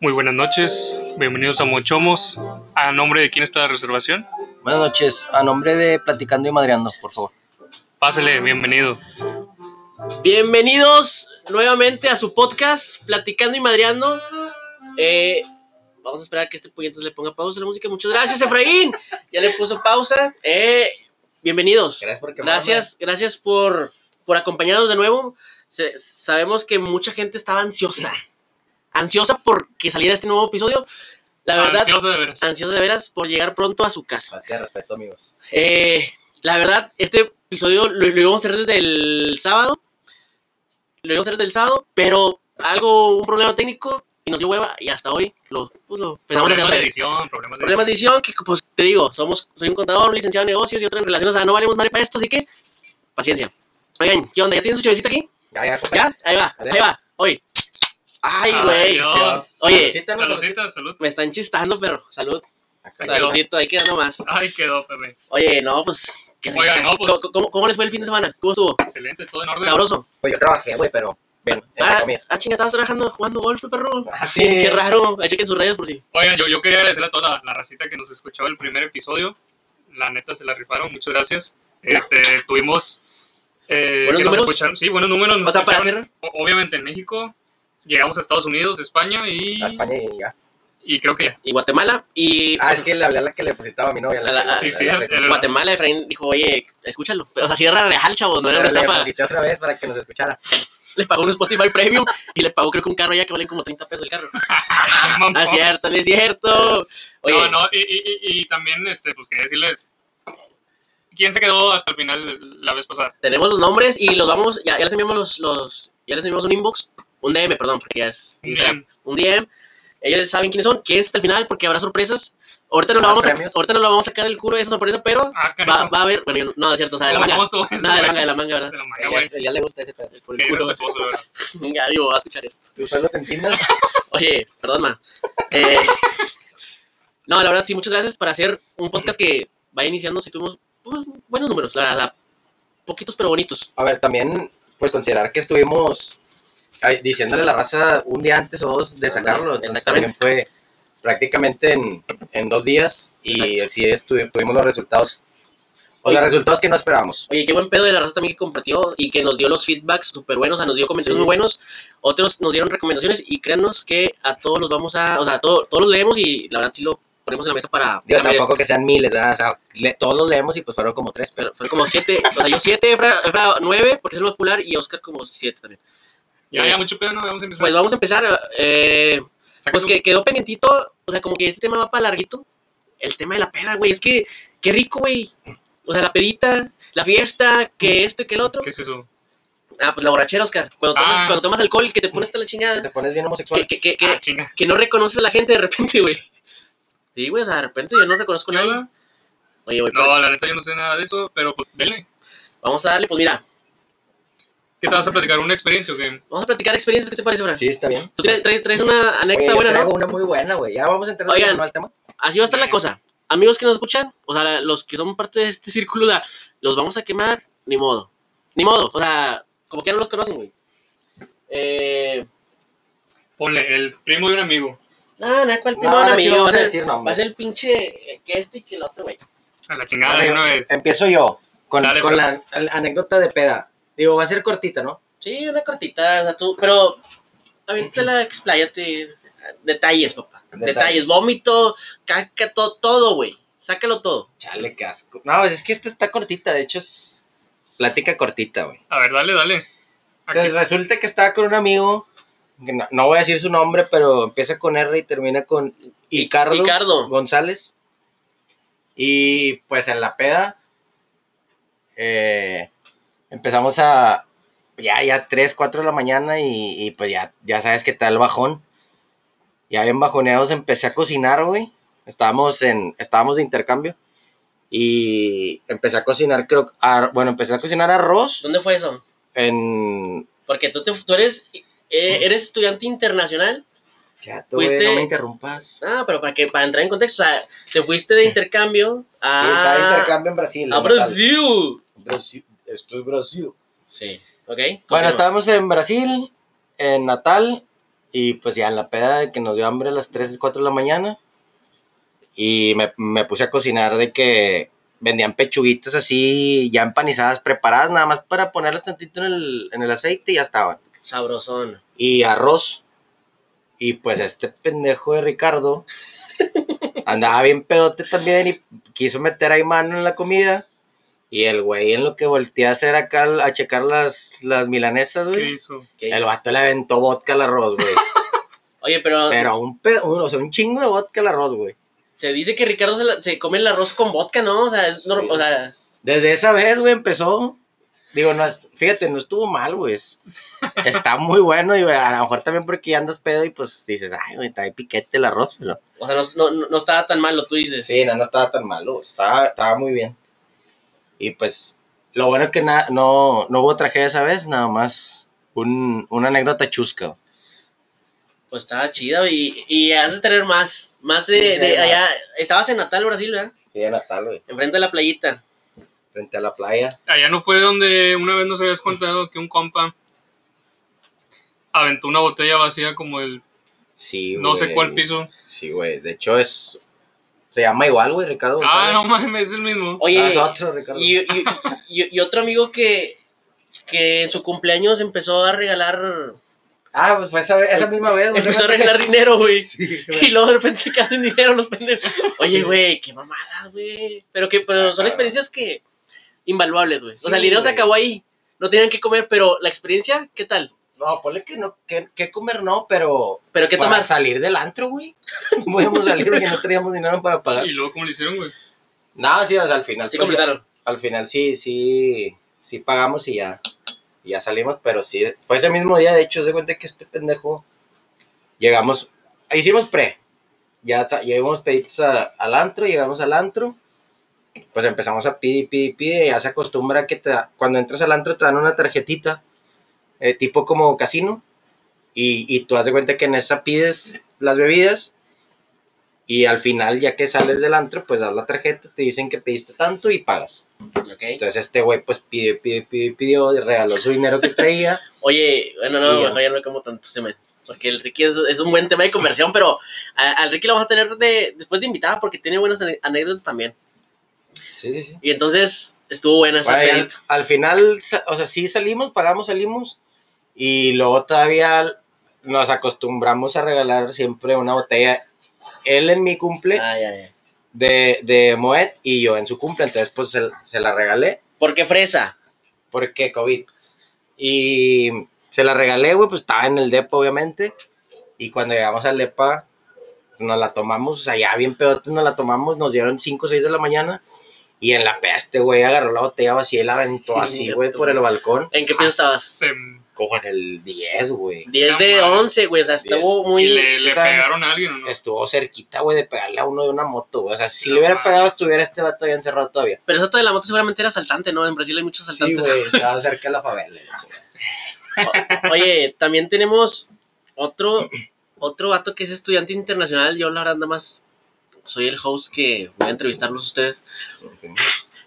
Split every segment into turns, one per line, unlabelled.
Muy buenas noches, bienvenidos a Mochomos. ¿A nombre de quién está la reservación?
Buenas noches, a nombre de Platicando y Madreando, por favor.
Pásele, bienvenido.
Bienvenidos nuevamente a su podcast, Platicando y Madreando. Eh, vamos a esperar a que este puñetazo le ponga pausa a la música. Muchas gracias, Efraín. Ya le puso pausa. Eh, bienvenidos.
Gracias por quemarme.
Gracias, gracias por, por acompañarnos de nuevo. Se- sabemos que mucha gente estaba ansiosa. Ansiosa porque saliera este nuevo episodio. La verdad, ansiosa,
Ansioso de veras.
de veras por llegar pronto a su casa.
Falta de respeto, amigos.
Eh, la verdad, este episodio lo, lo íbamos a hacer desde el sábado. Lo íbamos a hacer desde el sábado, pero algo, un problema técnico y nos dio hueva y hasta hoy lo, pues lo empezamos a
Problemas
hacer
de
otra vez
edición, problemas de
problemas de edición, que pues te digo, somos, soy un contador, un licenciado en negocios y otro en relaciones, o sea, no valemos madre para esto, así que paciencia. Oigan, ¿qué onda? ¿Ya tienen su chavecita aquí?
Ya, ya, compadre.
¿Ya? Ahí va, ahí va, hoy. Ay,
Ay,
güey.
Dios.
Oye,
Saludcita, ¿no?
Saludcita, salud.
Me están chistando, pero salud.
Acá,
Ay, Salud.
Saludcito, ahí queda nomás.
Ay, quedó, Pepe.
Oye, no, pues. qué rica.
Oigan, no, pues.
¿Cómo- ¿Cómo, cómo les fue el fin de semana? ¿Cómo estuvo?
Excelente, todo en orden.
Sabroso.
Pues yo trabajé, güey, pero. Bien, entre
Ah,
comillas.
ah, chinga, estabas trabajando jugando golf, perro.
Ah, sí.
Qué raro. Ahí chequen sus redes por si.
Oigan, yo, yo quería agradecer a toda la, la racita que nos escuchó el primer episodio. La neta se la rifaron, muchas gracias. Este, tuvimos. eh,
¿Buenos
que nos
números?
escucharon- Sí, buenos números. nos
O sea, para
escucharon,
hacer.
o- Obviamente en México. Llegamos a Estados Unidos, España y,
A España y ya.
y creo que ya.
Y Guatemala. Y.
Ah, es que le hablé a la que le depositaba a mi novia.
A la-
Sí, sí, el- el-
Guatemala, Efraín dijo, oye, escúchalo. Pero, o sea, sí era real, chavo, no era una
le
estafa.
deposité otra vez para que nos escuchara.
Les pagó un Spotify Premium y le pagó, creo que un carro ya que valen como 30 pesos el carro.
Mamón.
No es cierto, no es cierto. Oye,
No, no, y, y- y- y también, este, pues quería decirles, ¿quién se quedó hasta el final la vez pasada?
tenemos los nombres y los vamos, ya, ya les enviamos los, los- ya les enviamos un inbox, un DM, perdón, porque ya es Instagram,
Bien.
un DM. Ellos saben quiénes son, que es hasta el final porque habrá sorpresas. Ahorita no, la vamos, a,
premios?
ahorita no la vamos a sacar del culo esa sorpresa, pero
Ah, carajo.
va, va a haber, bueno, yo no, no, es cierto, o sea, de la
¿Cómo
manga.
estuvo eso,
Nada, de
güey?
la manga, de la manga, ¿verdad?
De la manga, Ah, güey.
Ya, ya le gusta ese pedo.
Por
Qué
el culo,
irrespetuoso, la verdad.
venga, digo, va a escuchar esto.
Tú solo te entiendes.
Oye, perdón, ma. Eh, no, la verdad, sí, muchas gracias para hacer un podcast que va iniciando. Si tuvimos pues, buenos números, la verdad. Poquitos pero bonitos.
A ver, también, pues considerar que estuvimos ay, diciéndole a la raza un día antes o dos de sacarlo. Entonces también
Exactamente.
fue prácticamente en, en dos días y
Exacto.
así es, tuvi- tuvimos los resultados. O sea,
Oye.
resultados que no esperábamos.
Oye, qué buen pedo de la raza también que compartió y que nos dio los feedbacks súper buenos. O sea, nos dio comentarios
Sí.
muy buenos. Otros nos dieron recomendaciones y créannos que a todos los vamos a. O sea, a todo- todos los leemos y la verdad sí lo ponemos en la mesa para.
Digo,
cambiar
tampoco
esto.
que sean miles, ¿verdad? O sea, le- todos los leemos y pues fueron como tres, pero
Pero fueron como siete. o sea, yo siete, Efra, Efra nueve, porque es el más popular y Oscar como siete también.
Ya, ya, mucho pedo, no, vamos a empezar.
Pues vamos a empezar. Eh,
Saca
Pues
tu-
que quedó pendientito, o sea, como que este tema va para larguito. El tema de la peda, güey, es que qué rico, güey. O sea, la pedita, la fiesta, que esto y que el otro.
¿Qué es eso?
Ah, pues la borrachera, Oscar. Cuando tomas,
Ah.
cuando tomas alcohol, que te pones hasta la
te
chingada.
pones bien homosexual.
Que, que, que,
Ah,
que,
chinga.
que no reconoces a la gente de repente, güey. Sí, güey, o sea, de repente yo no reconozco a
¿Qué
nadie.
onda?
Oye, güey, pero
No, la neta yo no sé nada de eso, pero pues dele.
vamos a darle, pues mira,
¿Qué te vas a platicar? ¿Una experiencia o qué?
vamos a platicar experiencias, ¿qué te parece, Fran?
Sí, está bien.
Tú traes, traes- traes una
Oye,
anécdota
yo
buena,
traigo
¿no?
una muy buena, güey. Ya vamos a entrar de
Oigan.
lleno al tema.
Así va a estar la
Ya.
cosa. Amigos que nos escuchan, o sea, la- los que son parte de este círculo, la- los vamos a quemar, ni modo. Ni modo, o sea, como que ya no los conocen, güey. Eh,
Ponle, el primo de un amigo.
no, no, ¿cuál primo
No,
de un
ahora sí
amigo?
vamos a
va, a ser,
decir nombres.
va a ser el pinche eh, que este y que el otro, güey.
A la chingada de
Bueno,
una vez.
Empiezo yo con,
Dale,
con
pues.
la, la anécdota de peda. Digo, va a ser cortita, ¿no?
Sí, una cortita, o sea, tú, pero ahorita la expláyate. Detalles, papá. Detalles,
Detalles.
vómito, caca, to- todo, güey. Sácalo todo.
Chale, casco. No, pues, es que esta está cortita, de hecho es plática cortita, güey.
A ver, dale, dale. Aquí-
Pues resulta que estaba con un amigo, que no, no voy a decir su nombre, pero empieza con R y termina con Icardo,
Ricardo.
González. Y pues en la peda eh, empezamos a ya, ya 3, 4 de la mañana y, y, pues ya, ya sabes que tal bajón. Ya bien bajoneados empecé a cocinar, güey. Estábamos, en, estábamos de intercambio. Y empecé a cocinar, creo, ar- bueno, empecé a cocinar arroz
¿Dónde fue eso?
en,
Porque tú, te, tú eres, eh, eres estudiante internacional
Chato, güey,
Fuiste-
no me interrumpas.
Ah, pero para que para entrar en contexto, o sea, te fuiste de intercambio a,
Sí, está de intercambio en Brasil.
a
en Natal.
Ah. Brasil.
Brasil. Esto es Brasil.
Sí, ok.
Bueno,
continúa.
estábamos en Brasil, en Natal, Y pues ya en la peda de que nos dio hambre a las 3, 4 de la mañana. Y me, me puse a cocinar de que vendían pechuguitas así, ya empanizadas, preparadas, nada más para ponerlas tantito en el, en el aceite y ya estaban.
Sabrosón.
Y arroz. Y pues este pendejo de Ricardo andaba bien pedote también y quiso meter ahí mano en la comida. Y el güey en lo que volteé a hacer acá a checar las, las milanesas,
¿Qué
güey.
hizo?
¿Qué
El
es?
vato le aventó vodka al arroz, güey.
Oye, pero,
Pero un pedo, o sea, un chingo de vodka al arroz, güey.
se dice que Ricardo se, la- se come el arroz con vodka, ¿no? O sea, es nor-
Sí.
o sea,
Desde esa vez, güey, empezó. Digo, no, es- fíjate, no estuvo mal, güey. es- Está muy bueno y güey, a lo mejor también porque ya andas pedo y pues dices, ay, güey, trae piquete el arroz. ¿no?
o sea, no, no, no estaba tan malo, tú dices.
Sí, no, no estaba tan malo, güey, estaba, estaba muy bien. Y pues, lo bueno que na- no, no hubo tragedia esa vez, nada más un, una anécdota chusca. güey.
Pues estaba chido y, y has de tener más. Más de,
Sí, sí,
de
más.
allá. Estabas en Natal, Brasil, ¿verdad?
Sí, de Natal, güey,
Enfrente de la playita.
frente a la playa.
Allá no fue donde una vez nos habías contado que un compa aventó una botella vacía como el
Sí,
no sé
güey.
cuál piso.
Sí, güey, de hecho es... Se llama igual, güey, Ricardo
Ah,
González.
no mames, es el mismo.
Oye,
Ah, es otro, Ricardo.
y, y- y- y otro amigo que, que en su cumpleaños empezó a regalar.
Ah, pues fue esa, esa misma vez, güey.
Empezó a regalar dinero, güey.
Sí,
Y luego de repente se quedan sin dinero los pendejos. Oye, güey, qué mamada, güey. Pero que pero son
Claro.
experiencias que. invaluables, güey. O sea, el
Sí,
dinero se
güey.
acabó ahí. No tenían que comer, pero la experiencia, ¿qué tal?
No, ponle que no, que, que comer no, pero
¿Pero qué
para
tomas?
salir del antro, güey. No podíamos salir porque no teníamos dinero para pagar.
Y luego, ¿cómo le hicieron, güey?
Nada, sí, o sea, al final.
Así
pues, ya-
completaron.
al final sí, sí, sí pagamos y ya, y ya salimos, pero sí, fue ese mismo día, de hecho, se cuenta que este pendejo, llegamos, hicimos pre, ya sa- llegamos peditos a- al antro, llegamos al antro, pues empezamos a pedir, pedir, pedir, ya se acostumbra que te da- cuando entras al antro te dan una tarjetita, eh, tipo como casino, y, y tú haz de cuenta que en esa pides las bebidas, y al final, ya que sales del antro, pues das la tarjeta, te dicen que pediste tanto y pagas.
Ok.
Entonces este güey pues pidió, pidió, pidió, pidió, y regaló su dinero que traía.
Oye, bueno, no,
Y ya.
mejor ya no como tanto semen. Porque el Ricky es, es un buen tema de conversión, pero a- al Ricky lo vamos a tener de, después de invitada porque tiene buenas ane- anécdotas también.
Sí, sí, sí.
Y entonces estuvo buena esa
Bueno, y al,
pedita.
al final, sa- o sea, sí salimos, pagamos, salimos. Y luego todavía nos acostumbramos a regalar siempre una botella. Él en mi cumple
Ay, ay, ay.
de, de Moet y yo en su cumple. Entonces pues se, se la regalé
¿Por qué fresa?
porque COVID. Y se la regalé, güey, pues estaba en el depa obviamente. Y cuando llegamos al depa, nos la tomamos, o sea, ya bien pedotes nos la tomamos, nos dieron 5 o 6 de la mañana. Y en la pea este güey agarró la botella vacía y la aventó así, güey, por el balcón.
¿En qué piso estabas?
Ah, Se-
Con el 10, güey.
10 de
No, madre.
11, güey. O sea, estuvo
y
muy.
le, le
¿sabes?
pegaron a alguien, ¿o no?
Estuvo cerquita, güey, de pegarle a uno de una moto, güey. O sea, si
No
le hubiera
mames.
pegado, estuviera este vato ahí encerrado todavía.
Pero eso de la moto seguramente era asaltante, ¿no? En Brasil hay muchos
Sí,
asaltantes.
güey, estaba cerca de la favela. la chingada.
Oye, también tenemos otro, otro vato que es estudiante internacional. Yo, la verdad, nada más soy el host que voy a entrevistarlos a ustedes.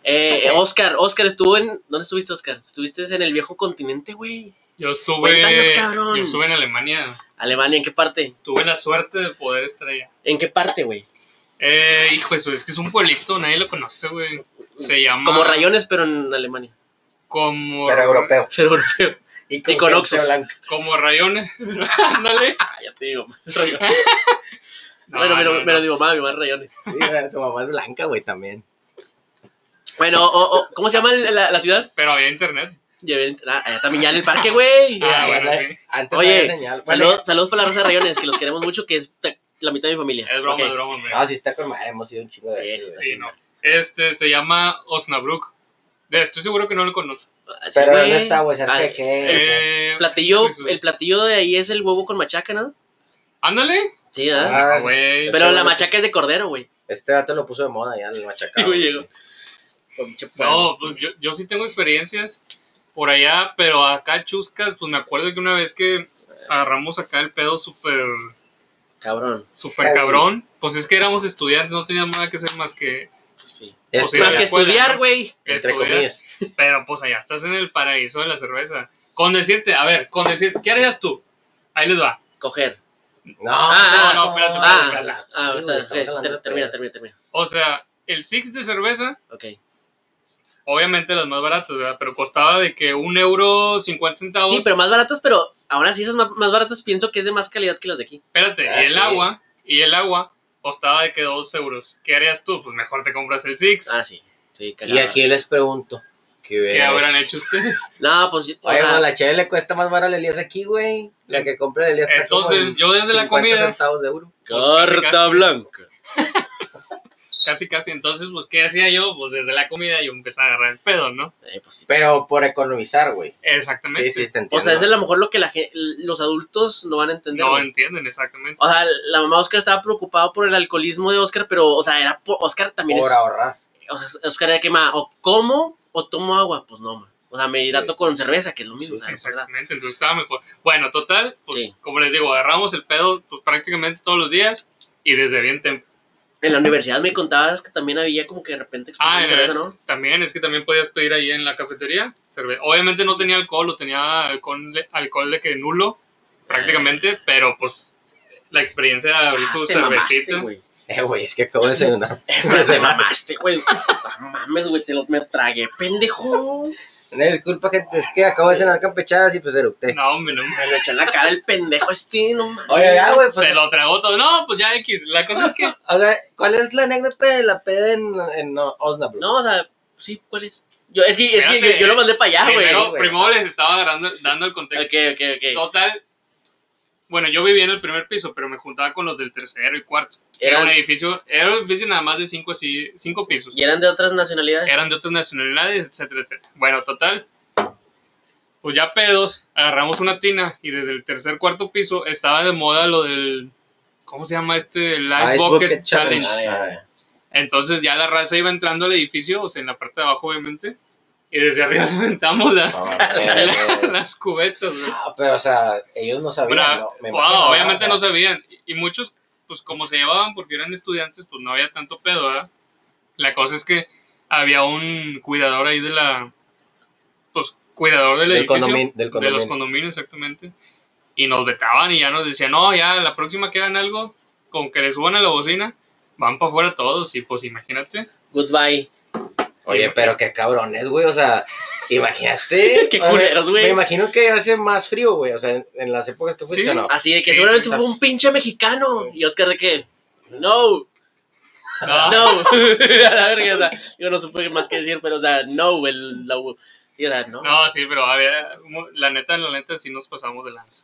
Eh, eh, Oscar, Oscar, estuvo en. ¿Dónde estuviste, Oscar? Estuviste en el viejo continente, güey.
Yo estuve,
Cuéntanos, cabrón.
yo estuve en Alemania.
Alemania, ¿en qué parte?
Tuve la suerte de poder estar allá.
¿En qué parte, güey?
Eh, hijo, eso es que es un pueblito, nadie lo conoce, güey. Se llama.
Como rayones, pero en Alemania.
Como.
Pero europeo.
Pero europeo.
Y
Y con
gente
Oxxos.
blanca.
Como rayones. Ándale.
Ah, ya te digo, más rayones.
No,
bueno, me, lo-
no,
me lo
no.
digo, mami, más rayones.
Sí, güey, tu mamá es blanca, güey, también.
Bueno, o- o- ¿cómo se llama el- la, la ciudad?
Pero había internet.
Ya ven- ah, allá también, ya en el parque, güey.
Ah,
Ya,
bueno,
la-
sí.
Antes
Oye,
había señal. Bueno,
Saludos, saludos para la raza de rayones, que los queremos mucho, que es ta- la mitad de mi familia.
Es broma,
Ok.
es broma, hombre.
No, sí está con madre, hemos ido un chingo de
Sí,
veces,
sí,
güey.
Sí, no. Este se llama Osnabrück. De- Estoy seguro que no lo conoce.
Ah, sí,
Pero
güey.
¿dónde está, güey? ¿Cerca
Ah,
de qué?
Eh,
Platillo,
Jesús.
el platillo de ahí es el huevo con machaca, ¿no?
Ándale.
Sí, ¿verdad?
Ah,
No, güey.
Pero la machaca es de cordero, güey.
Este dato lo puso de moda ya en el machacado.
güey,
güey.
llegó. Pinche pueblo.
No, pues yo, yo sí tengo experiencias por allá, pero acá chuscas, pues me acuerdo que una vez que agarramos acá el pedo súper,
Cabrón.
súper cabrón, pues es que éramos estudiantes, no teníamos nada que hacer más que
pues sí.
Pues sí,
Este,
Más que
la escuela,
estudiar,
¿no?
güey.
entre
estudiar.
comillas.
Pero pues allá estás en el paraíso de la cerveza. Con decirte, a ver, con decirte, ¿qué harías tú? Ahí les va.
Coger.
No,
Ah,
no, pues, espérate,
ah,
espérate, espérate.
Ah, ahorita,
Estamos
eh,
hablando de
ter- termina,
pedo.
termina, termina.
O sea, el six de cerveza,
Ok.
obviamente las más baratas, ¿verdad? Pero costaba de que un euro cincuenta centavos.
Sí, pero más baratas, pero aún así esas más, más baratas pienso que es de más calidad que las de aquí.
Espérate,
Ah,
y el
sí.
agua, y el agua costaba de que dos euros. ¿Qué harías tú? Pues mejor te compras el six.
Ah, sí. Sí,
Y
cagada.
aquí les pregunto. ¿Qué,
¿Qué
hubieran
habrán hecho
hecho?
ustedes?
No, pues sí, o
Oye,
sea,
pues, la cheve le cuesta más barato a Elías aquí, güey. La que compra el Elías está
Entonces,
como en
yo desde la
50
comida-
centavos de euro.
pues, casi,
carta
casi.
blanca.
Casi, casi. Entonces, pues, ¿qué hacía yo? Pues desde la comida yo empecé a agarrar el pedo, ¿no?
Eh, pues sí.
Pero por economizar, güey.
Exactamente.
Sí, sí, te entiendo.
O sea, es a lo mejor lo que la gen- los adultos no van a entender.
No
güey.
entienden
Ah,
exactamente.
O sea, la mamá de Oscar estaba preocupada por el alcoholismo de Oscar, pero, o sea, era por- Oscar también
Por
es.
ahorrar.
O sea, Oscar era quemada. O como o tomo agua, pues no, ma. O sea, me hidrato
Sí.
con cerveza, que es lo mismo,
Sí,
o sea, es verdad.
Exactamente, entonces estaba mejor. Bueno, total, pues
Sí.
como les digo, agarramos el pedo pues, prácticamente todos los días y desde bien tem-
En la universidad me contabas que también había como que de repente explosión
Ah,
de
en
cerveza,
la-
¿no?
También es que también podías pedir ahí en la cafetería cerveza. Obviamente no tenía alcohol o tenía alcohol de, alcohol de que nulo prácticamente, pero pues la experiencia de abrir
Ah,
tu
te mamaste,
cervecita.
güey.
Eh, güey, es que acabo de desayunar.
Te te mamaste, güey. O sea, mames, güey, te lo me tragué, pendejo.
Una disculpa, gente, es que acabo de cenar campechadas y pues eructé.
No, hombre, no.
Me lo echó en la cara el pendejo este, no mames.
Oye, ya, güey, pues.
Se lo tragó todo. No, pues ya X. La cosa es que
O sea, ¿cuál es la anécdota de la peda en, en Osnabro?
No, o sea, sí, ¿cuál es? Yo, es que, es que yo,
Espérate.
yo lo mandé para allá, güey.
primero,
güey,
primero les estaba dando, dando el contexto.
Ok, ok, ok.
Total. Bueno, yo vivía en el primer piso, pero me juntaba con los del tercero y cuarto. Era
Eran,
un edificio, era un edificio nada más de cinco, así, cinco pisos.
y eran de otras nacionalidades.
Eran de otras nacionalidades, etcétera, etcétera. Bueno, total. Pues ya pedos, agarramos una tina y desde el tercer, cuarto piso estaba de moda lo del. ¿Cómo se llama este? El Ice, Bucket, Challenge.
Ah, Challenge.
Entonces ya la raza iba entrando al edificio, o sea, en la parte de abajo, obviamente. Y desde arriba levantamos las,
No,
la-
mames.
las cubetas, güey.
Ah, pero, o sea, ellos no sabían,
Bueno,
¿no? Me
wow,
imagino, ¿no?
obviamente
O sea,
no sabían. Y y muchos, pues como se llevaban porque eran estudiantes, pues no había tanto pedo, ¿verdad? La cosa es que había un cuidador ahí de la. Pues cuidador del,
Del,
edificio.
condomin- del
De los
condominio.
condominios, exactamente. Y nos vetaban y ya nos decían, no, ya la próxima que hagan algo, con que le suban a la bocina, van para afuera todos. Y pues imagínate.
Goodbye.
Oye, pero qué cabrones, güey. O sea, imagínate.
Qué
o sea,
culeros, güey.
Me imagino que hace más frío, güey. O sea, en, en las épocas que fuiste,
Sí. Ah,
no.
Así de que
Sí,
seguramente
sí,
fue un pinche mexicano. Y Oscar de que, no,
No,
no. a la verga, o sea, yo no supe más que decir, pero, o sea, no, el, la, sí, o sea, no.
no, sí, pero había, la neta, la neta, sí nos pasamos de lanza.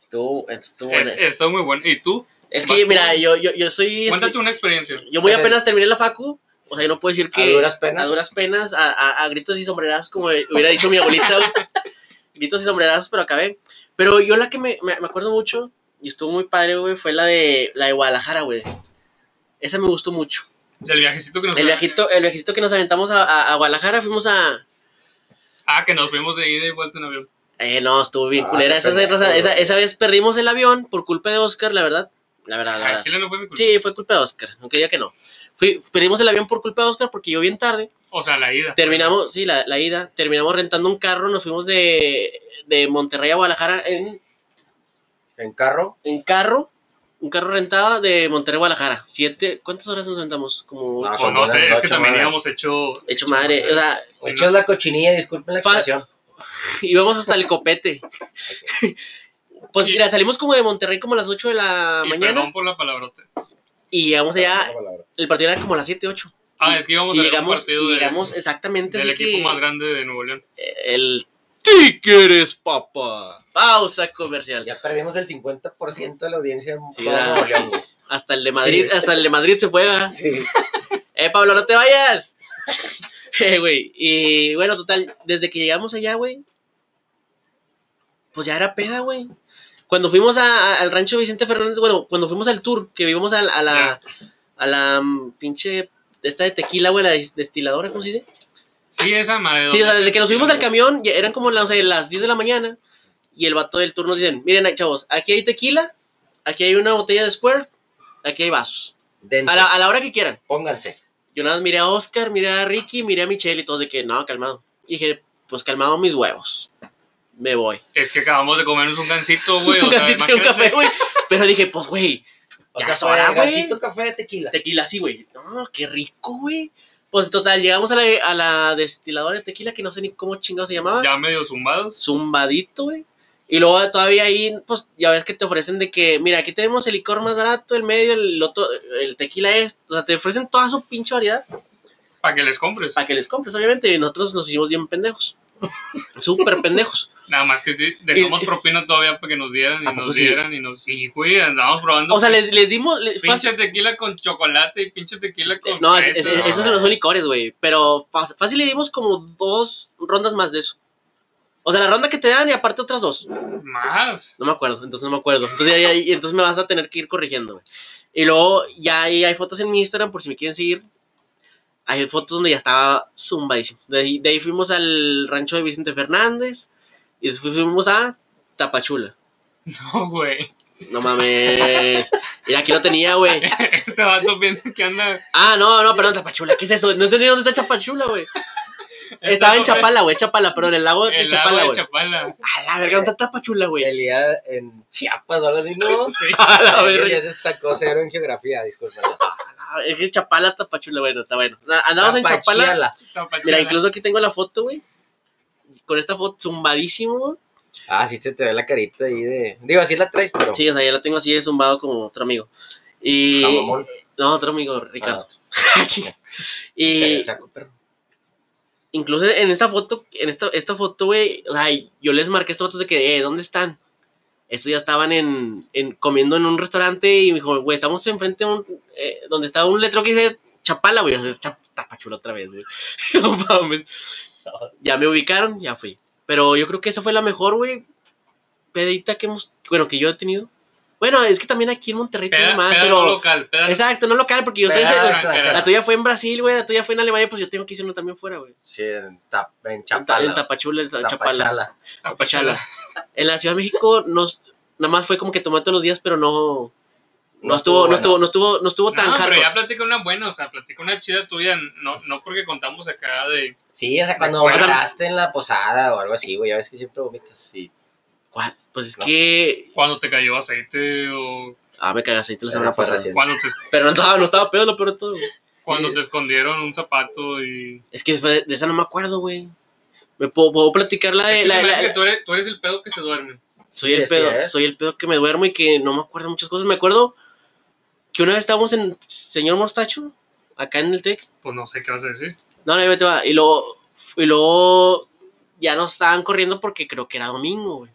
Estuvo, estuvo
Es,
bueno.
estuvo muy bueno. ¿Y tú?
Es
vas
que,
tú.
mira, yo, yo, yo soy, este,
Cuéntate una experiencia.
yo muy apenas terminé la facu, o sea, yo no puedo decir que...
A Ah, duras penas.
A duras penas, a, a- a gritos y sombrerazos, como hubiera dicho mi abuelita. güey. gritos y sombrerazos, pero acabé. Pero yo la que me, me- me acuerdo mucho, y estuvo muy padre, güey, fue la de, la de Guadalajara, güey. Esa me gustó mucho.
Del viajecito que nos
El viajito, el viajito que nos aventamos a, a- a Guadalajara, fuimos a...
Ah, que nos fuimos de ida y vuelta en avión.
Eh, no, estuvo bien
Ah,
culera.
qué
Esa,
pendejo,
esa- esa-
güey.
esa vez perdimos el avión por culpa de Oscar, la verdad. La verdad, la
Ah,
verdad.
Chile no fue mi culpa.
Sí, fue culpa de Oscar, aunque ya que no. Fui- perdimos el avión por culpa de Oscar porque yo bien tarde.
O sea, la ida.
Terminamos, sí, la, la ida. Terminamos rentando un carro, nos fuimos de, de Monterrey a Guadalajara en,
En carro.
en carro. Un carro rentado de Monterrey a Guadalajara. Siete, ¿Cuántas horas nos sentamos? Como
No,
Pues
son
no sé,
buenas
es que
ocho,
también
nueve.
íbamos hecho.
hecho madre. O sea,
Sí,
Echas la cochinilla, disculpen la
Fa-
expresión.
íbamos hasta el copete. pues
Y-
mira, salimos como de Monterrey como a las 8 de la
y
mañana
perdón por la palabrota.
y llegamos allá.
Una palabra.
El partido era como a las 7, 8.
Ah, es que íbamos
Y
a ver un
llegamos,
partido
y
de-
llegamos exactamente
del
así
equipo
que-
más grande de Nuevo León.
El Tigres, papá. Pausa comercial.
Ya perdimos el 50% de la audiencia en
Sí,
todo
da-
Nuevo León, güey.
hasta el de Madrid,
Sí.
hasta el de Madrid se fue. ¿verdad?
Sí.
Eh, Pablo, no te vayas. Eh, güey. Y bueno, total, desde que llegamos allá, güey. Pues ya era peda, güey. Cuando fuimos a- a- al rancho Vicente Fernández, bueno, cuando fuimos al tour, que vimos a, la- a la. A la mm, pinche. Esta de tequila, güey, la des- destiladora, ¿cómo se dice?
Sí, esa madre.
Sí, o sea, desde que nos subimos al
camino.
camión, ya eran como las, no sé, las 10 de la mañana. Y el vato del tour nos dicen: Miren, chavos, aquí hay tequila, aquí hay una botella de Square, aquí hay vasos.
Dense,
A la- a la hora que quieran.
pónganse.
Yo nada más miré a Oscar, miré a Ricky, miré a Michelle y todos de que, no, calmado. Y dije, pues calmado mis huevos. me voy.
Es que acabamos de comernos un gansito, güey.
un
o sea,
gansito y un
imagínate.
café, güey. Pero dije, pues, güey,
O
ya
sea,
es hora,
fue
güey.
gansito, café, tequila.
Tequila así, güey. No, qué rico, güey. Pues total, llegamos a la, a la destiladora de tequila que no sé ni cómo chingado se llamaba.
Ya medio zumbados.
Zumbadito, güey. Y luego todavía ahí, pues ya ves que te ofrecen de que, mira, aquí tenemos el licor más barato, el medio, el otro, el tequila es. O sea, te ofrecen toda su pinche variedad
Para que les compres.
para que les compres, obviamente. Y nosotros nos hicimos bien pendejos. Súper pendejos.
Nada más que sí, dejamos
Y-
propina todavía para que nos dieran y
¿A poco
nos
sí?
dieran y nos. Sí, güey, andábamos probando.
O sea, les, les dimos. les- fue
Pinche tequila con chocolate y pinche tequila con.
No, es- es-
fresa.
esos son los licores, güey. Pero fa- fácil le dimos como dos rondas más de eso. O sea, la ronda que te dan y aparte otras dos.
Más.
No me acuerdo, entonces no me acuerdo. Entonces, ya- ya- y entonces me vas a tener que ir corrigiendo, güey. Y luego ya ahí hay fotos en mi Instagram por si me quieren seguir. Hay fotos donde ya estaba zumbadísimo. De ahí, de ahí fuimos al rancho de Vicente Fernández y después fuimos a Tapachula.
No, güey.
No mames. Y aquí lo tenía, güey.
Este vato piensa que anda.
Ah, no, no, perdón, Tapachula, ¿qué es eso? No sé ni dónde está Tapachula, güey. Estaba en Chapala, güey, Chapala, perdón, el lago de
El
Chapala,
agua de
güey.
Chapala.
A la verga, ¿dónde está Tapachula, güey?
Realidad en Chiapas o algo así, ¿no?
Sí.
A la
Yo
verga.
ya se sacó cero en geografía, disculpa.
Ah, Es que Chapala, Tapachula, bueno, está bueno. Na- Andamos en Chapala.
Tapachiala.
Tapachula.
Mira, incluso aquí tengo la foto, güey. Con esta foto zumbadísimo.
Ah, sí, se te ve la carita ahí de. Digo, así la traes, pero.
Sí, o sea, ya la tengo así de zumbado como otro amigo. Y.
Ah, mamón. Ah,
No, otro amigo, Ricardo. Chinga.
Te
y
la saco, perro.
incluso en esa foto, en esta, esta foto, güey, o sea, yo les marqué estas fotos de que, eh, ¿dónde están? Estos ya estaban en, en- comiendo en un restaurante y me dijo, güey, estamos enfrente de un, eh, donde estaba un letrero que dice Chapala, güey, o sea, Chap- Tapachula otra vez, güey. No mames. Ya me ubicaron, ya fui. Pero yo creo que esa fue la mejor, güey, pedita que hemos, bueno, que yo he tenido. Bueno, es que también aquí en Monterrey tiene
Peda,
más,
peda
pero...
no local, peda no
Exacto, no local, porque yo sé,
Pero-
o sea,
la tuya fue en Brasil, güey, la tuya fue en Alemania, pues yo tengo que hacer uno también fuera, güey.
Sí, en, Tap- en
En
Chapala.
Ta- En Tapachula, en Chapala.
Tapachala.
Tapachala. En la Ciudad de México nos nada más fue como que tomé todos los días, pero no no, estuvo, no
bueno.
estuvo no estuvo no estuvo tan
no, pero
hardcore.
ya platica una buena, o sea, platica una chida tuya, no, no porque contamos acá de...
Sí, o sea, cuando
O sea,
vomitaste en la posada o algo así, güey. Ya ves que siempre vomitas. Sí.
¿Cuál? Pues es
No.
que
Cuando te cayó aceite o
ah, me cagaste ahí te la
Esa
semana
fue
pasada.
reciente.
cuando te,
Pero no estaba no estaba pedo lo peor de todo. güey.
cuando
Sí.
te escondieron un zapato y...
Es que después de- de esa no me acuerdo, güey. Me puedo, puedo platicar la
Es
de
que
la-
se me
la-
hace que
la-
tú, eres, tú eres el pedo que se duerme.
soy el
Sí, así
pedo,
es.
soy el pedo que me duermo y que no me acuerdo muchas cosas. Me acuerdo que una vez estábamos en Señor Mostacho acá en el Tec
Pues no sé qué vas a decir.
No, no, ahí te va. Y luego, y luego ya nos estaban corriendo porque creo que era domingo, güey.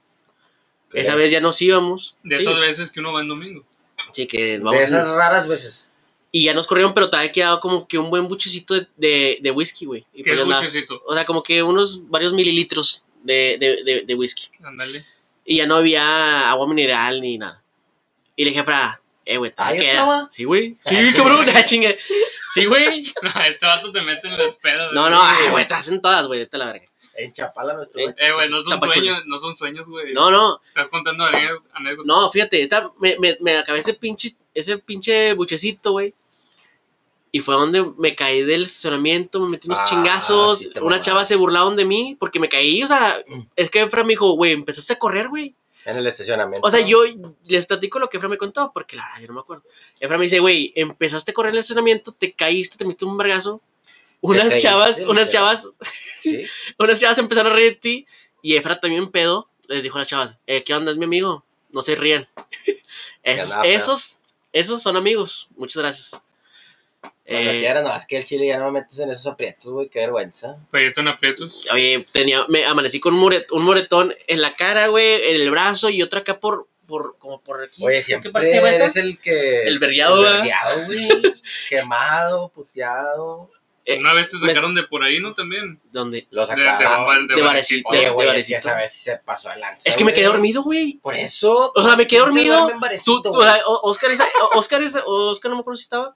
Esa vez ya nos íbamos.
De
sí,
esas veces que uno va en domingo.
sí, que
De
vamos.
esas raras veces.
Y ya nos corrieron, pero te había quedado como que un buen buchecito de, de, de whisky, güey. Y
Que
pues
es
ya andabas-
buchecito.
O sea, como que unos varios mililitros de, de, de, de whisky.
Ándale.
Y ya no había agua mineral ni nada. Y le dije a Fra, eh, güey,
Ahí
todavía queda.
estaba.
Sí, güey. Sí,
Ah,
cabrón, la chingue. Sí, güey.
No, este vato te mete en las pedas.
No, no, ay, güey, te hacen todas, güey, vete a la verga.
En Chapala no estuve.
En-
Eh, güey, no son
Tapachula.
sueños, no son sueños, güey.
No, no,
Estás contando ane- anécdotas.
No, fíjate, esa- me, me- me acabé ese pinche, ese pinche buchecito, güey. Y fue donde me caí del estacionamiento, me metí unos
Ah,
chingazos.
sí te
unas
mamaste.
chavas se burlaron de mí porque me caí. O sea,
Mm.
es que Efra me dijo, güey, empezaste a correr, güey.
En el estacionamiento.
O sea, yo les platico lo que Efra me contó porque la verdad yo no me acuerdo. Efra me dice, güey, empezaste a correr en el estacionamiento, te caíste, te metiste un vergazo. Unas
caíste,
chavas, unas
literal.
chavas,
Sí.
unas chavas empezaron a reír de ti. Y Efra también pedo les dijo a las chavas, eh, ¿qué onda es mi amigo? No se rían. esos,
nada, feo.
esos, esos son amigos. Muchas gracias.
Cuando
Eh,
quieras, no, es que el chile ya no me metes en esos aprietos, güey. Qué vergüenza.
Perito en aprietos.
oye, tenía, me amanecí con un, more- un moretón en la cara, güey, en el brazo y otro acá por, por, como por aquí.
Oye,
¿Qué
siempre
parte se llama esta?
es el que...
El vergueado,
El
¿verdad?
vergueado, güey. Quemado, puteado.
Eh,
Una vez te
me-
sacaron de por ahí, ¿no? También.
¿Dónde?
Lo
De, de,
sacaron.
Val-
de
Varecito.
Varecito.
Oye,
de-
güey,
de
es que
Varecito.
esa vez sí se pasó de lanza,
Es que me quedé
güey.
dormido, güey.
Por eso...
O sea, me quedé
se
dormido.
duerme en
Tú,
Varecito,
tú,
güey.
o sea, o- Oscar, esa- o- Oscar, esa- o Oscar, no me acuerdo si estaba.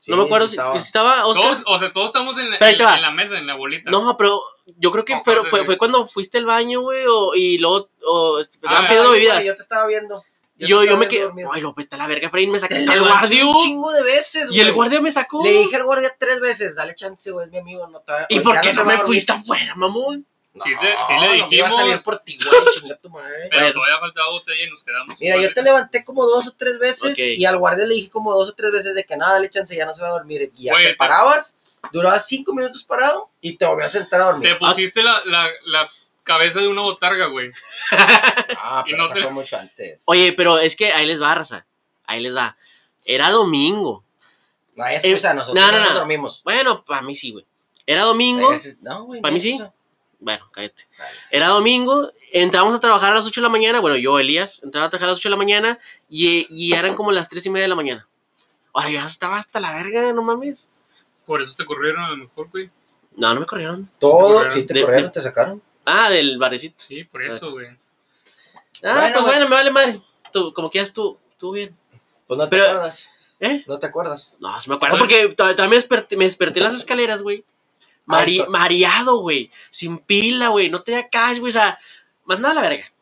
Sí,
no me acuerdo
sí
si,
estaba.
si estaba Oscar.
Todos, o sea, todos estamos en la,
Pero ahí te
en-
va.
en la mesa, en la bolita.
No, pero yo creo que
No,
fue,
pero-
fue, fue cuando fuiste al baño, güey, o- y luego o, este, estaban
Ah,
pidiendo
Ay, güey,
bebidas.
Yo te estaba viendo.
Y yo,
te
yo
estaba
me
viendo
quedé.
dormido.
Ay, lo peta la verga, Freddy. Me
Te
sacaste al
levanté
guardia.
Un chingo de veces,
Y el
güey.
guardia me sacó.
Le dije al guardia tres veces, dale chance, güey, es mi amigo, no te va-
¿Y
ahorita
por
"Pues no
qué
se
no
va a
me
dormir.
fuiste afuera, mamón?
Sí te- sí le
no me iba a
dijimos.
salir por ti, güey, chinga tu madre.
Pero
Bueno.
todavía faltaba botella y nos quedamos.
Mira, yo te levanté como dos o tres veces
Ok.
y al guardia le dije como dos o tres veces de que nada, dale chance, ya no se va a dormir. Y ya
Güey,
te
te-
parabas, durabas cinco minutos parado y te volvías a sentar a
Te
dormir.
pusiste la, la, la cabeza de una botarga, güey.
Ah,
y
pero
no
eso
te-
fue mucho antes.
Oye, pero es que ahí les va, raza. Ahí les va. Era domingo.
No hay excusa,
eh,
nosotros
no,
no,
no,
nos
no.
dormimos.
Bueno, para mí sí, güey. Era domingo.
Ese- No, güey.
Pa'
no
mí
hay
sí.
excusa.
Bueno, cállate.
Dale.
Era domingo, entramos a trabajar a las 8 de la mañana. Bueno, yo, Elías, entraba a trabajar a las 8 de la mañana y, y eran como las 3 y media de la mañana. Ahora yo ya estaba hasta la verga, no mames.
Por eso te corrieron a lo mejor, güey.
No, no me corrieron.
Todo,
corrieron.
sí, te
De-
corrieron,
de-
te sacaron.
Ah, del barecito.
Sí, por eso, güey.
Ah,
Bueno,
pues
güey.
bueno, me vale madre. Tú, como quieras, tú, tú bien.
Pues no te
Pero-
acuerdas.
¿Eh?
No te acuerdas.
No, se me acuerdo porque to- todavía me desperté, me desperté en las escaleras, güey. Mari-
Ay, to-
mareado, güey. Sin pila, güey. No tenía cash, güey. O sea, mandaba la verga.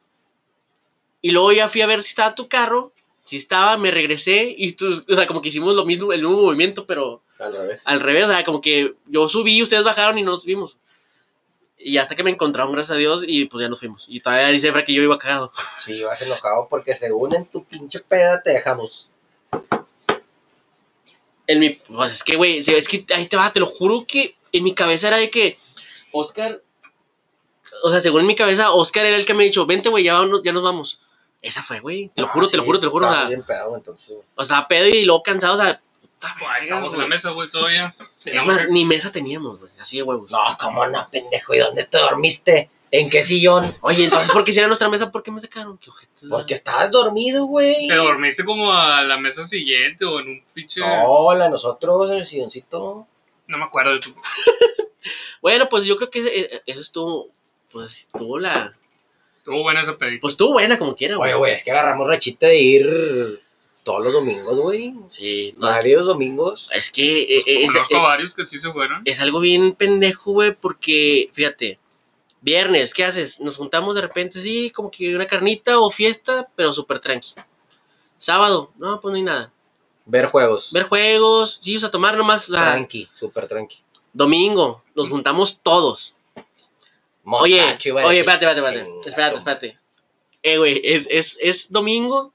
Y luego ya fui a ver si estaba tu carro. Si estaba, me regresé. Y tú, o sea, como que hicimos lo mismo, el mismo movimiento, pero
Al revés.
al revés. O sea, como que yo subí, ustedes bajaron y no nos vimos. Y hasta que me encontraron, gracias a Dios, y pues ya nos fuimos. Y todavía dice Efra que yo iba cagado.
Sí, vas enojado porque según en tu pinche peda te dejamos.
En mi, pues es que, güey, es que ahí te va, te lo juro que en mi cabeza era de que Oscar, o sea, según en mi cabeza, Oscar era el que me ha dicho, vente, güey, ya, vámonos- ya nos vamos. Esa fue, güey, te lo juro,
Ah,
te lo
sí,
juro, te lo juro. O
estabas
sea,
bien pedado, entonces.
o sea, pedo y luego cansado, o sea, puta verga,
Ay, Pues, Estamos en la
güey.
mesa, güey, todavía.
Es
Teníamos
más,
que-
ni mesa teníamos, güey, así de huevos.
No, cómo no, pendejo. ¿Y dónde te dormiste? ¿En qué sillón?
Oye, entonces, ¿por qué si era nuestra mesa? ¿Por qué me sacaron? Qué ojete. o sea.
Porque estabas dormido, güey.
Te dormiste como a la mesa siguiente o en un pinche. No,
No, la de nosotros en el silloncito.
me acuerdo de tu.
Bueno, pues yo creo que ese- e- eso estuvo, pues estuvo la,
Estuvo buena esa pedita.
pues estuvo buena como quiera,
Oye,
güey.
güey, es que agarramos rachita de ir todos los domingos, güey.
Sí, no,
Varios domingos.
es que eh, eh, ese-
Conozco
eh,
a varios que sí se fueron.
es algo bien pendejo, güey, porque, fíjate, viernes, ¿qué haces? Nos juntamos de repente, sí, como que una carnita o fiesta, pero súper tranqui. Sábado, no, pues no hay nada.
Ver juegos.
Ver juegos, sí, o sea, tomar nomás. o sea,
Tranqui, súper tranqui.
domingo, nos juntamos todos.
Oh,
Oye,
Mostacho, iba a
oye,
decir.
espérate, espérate, espérate.
Chingazo.
Espérate, espérate. Eh, güey, es, es, es domingo,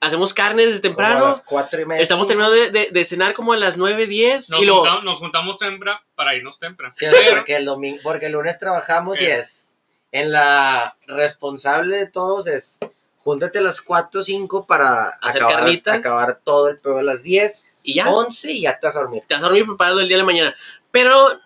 hacemos carne desde
Como a
temprano.
las cuatro y media.
Estamos terminando de, de- de cenar como a las 9, 10.
Nos,
y luego,
juntamos, nos juntamos temprano para irnos temprano.
Sí,
Pero
porque el domingo, porque el lunes trabajamos y
Es-
es en la responsable de todos es júntate a las 4 o 5 para
Hacer
acabar,
carnita.
acabar todo el pedo a las 10,
y ya.
11 y ya te vas a dormir.
te vas a dormir preparado el día de la mañana. Pero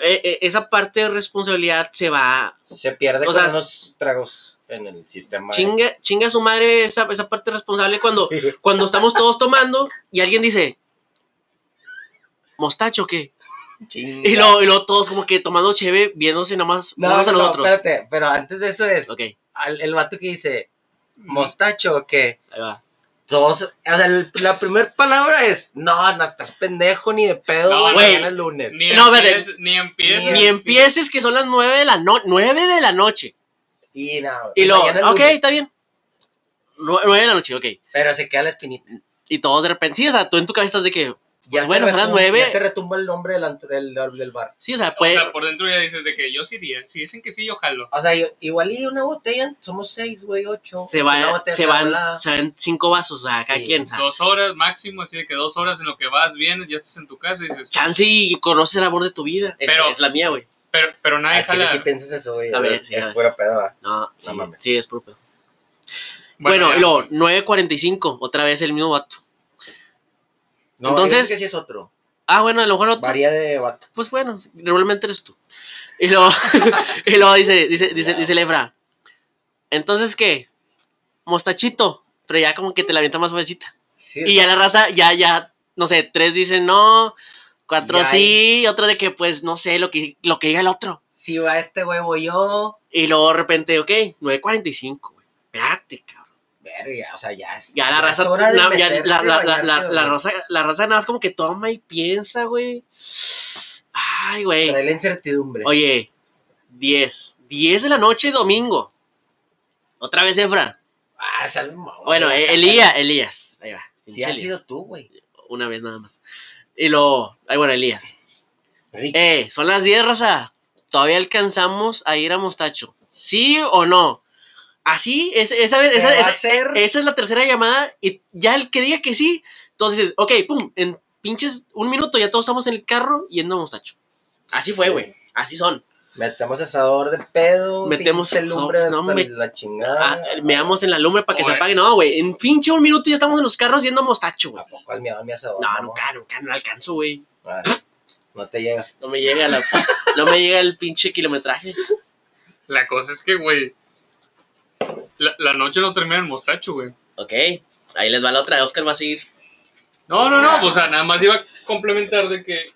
eh, eh, esa parte de responsabilidad se va.
Se pierde
O
con
sea,
unos tragos en el sistema. de-
Chinga, chinga su madre esa, esa parte responsable cuando,
Sí.
cuando estamos todos tomando y alguien dice. ¿Mostacho o qué?
Chinga.
Y luego, y luego todos como que tomando cheve, viéndose nomás
No,
unos a
no,
los otros.
espérate, pero antes de eso es
Ok,
al- el vato que dice
Mm.
mostacho que
ahí va.
todos, o sea, el- la primera palabra es no, no estás pendejo ni de pedo,
No,
güey,
güey.
mañana es lunes.
Ni,
No, espérate.
empieces, ni empieces.
Yes,
Ni empieces que son las nueve de la noche. 9 de la noche.
Y no,
Y luego,
mañana es
ok,
lunes.
está bien. Nue- Nueve de la noche, ok.
Pero se queda la espinita.
Y todos de repente, sí, o sea, tú en tu cabeza estás de que, pues
te
bueno, son las
retum-
nueve.
Ya te retumba el nombre del, antro- del, del bar.
Sí, o sea,
O
puede,
sea, por dentro ya dices de que yo sí iría. Si dicen que sí, yo jalo.
O sea, yo- igual y una botella, somos seis, güey, ocho.
se,
Una
va,
botella Ah,
se,
de
van,
volada.
se van cinco vasos a cada
Sí.
quien, o sea,
Dos horas máximo, así de que dos horas en lo que vas, vienes, ya estás en tu casa y dices.
Chance y conoces el amor de tu vida. Es,
Pero-
es la mía, güey.
Pero, pero nadie
Al chile
Ah, jala.
sí piensas eso, güey.
A ver,
es-
sí,
es
es-
pura pedo, va.
No, sí,
mames.
sí, es propio. Bueno,
ya.
y luego, 9.45, otra vez el mismo vato.
No,
Entonces-
yo creo que sí es otro.
Ah, bueno, a lo mejor otro.
Varía de vato.
Pues bueno, normalmente eres tú. Y luego, y luego dice, dice, dice,
Ya.
dice Lebra. Entonces, ¿qué? Mostachito. Pero ya como que te la avienta más suavecita.
Sí,
Y ya la raza, ya, ya, no sé, tres dicen no, cuatro
Ya,
sí, otro de que pues no sé lo que, lo que diga el otro.
Si va este huevo yo.
Y luego de repente, ok, 9.45, güey. Espérate, cabrón.
Verga, o sea, ya es.
Ya la
ya
raza,
es hora de
la, ya
meterte,
la, la, la,
bañarte,
la, la
dormir.
raza, la raza nada más como que toma y piensa, güey. Ay, güey.
Trae la incertidumbre.
Oye, 10. 10 de la noche, domingo. Otra vez, Efra.
Ah, seas mamón,
Bueno,
güey,
eh, Elías, Elías. Ahí va.
Si has
Elías.
sido tú, güey.
Una vez nada más. Y luego, ay, bueno, Elías.
Rick,
Eh, son las 10, raza. todavía alcanzamos a ir a Mostacho. ¿Sí o no? Así, es, esa, vez-
Se
esa,
va
esa-
a hacer-
esa es la tercera llamada y ya el que diga que sí, entonces dices, ok, pum, en pinches un minuto ya todos estamos en el carro yendo a Mostacho. Así fue, güey. Así son.
Metemos asador de pedo.
Metemos
pinche
asador,
lumbre
no,
hasta
me-
la
Ah,
chingada.
meamos en la lumbre para que se
Oye.
apague. No, güey. En pinche un minuto ya estamos en los carros yendo a Mostacho, güey.
¿A poco has meado mi asador?
No,
mamón?
nunca, nunca, no alcanzo, güey.
Ah, no te llega.
No me llega la, no me llega el pinche kilometraje.
La cosa es que, güey, la, la noche no termina en Mostacho, güey.
Ok, ahí les va la otra. Oscar va a seguir.
No, no, no, o sea, nada más iba a complementar de que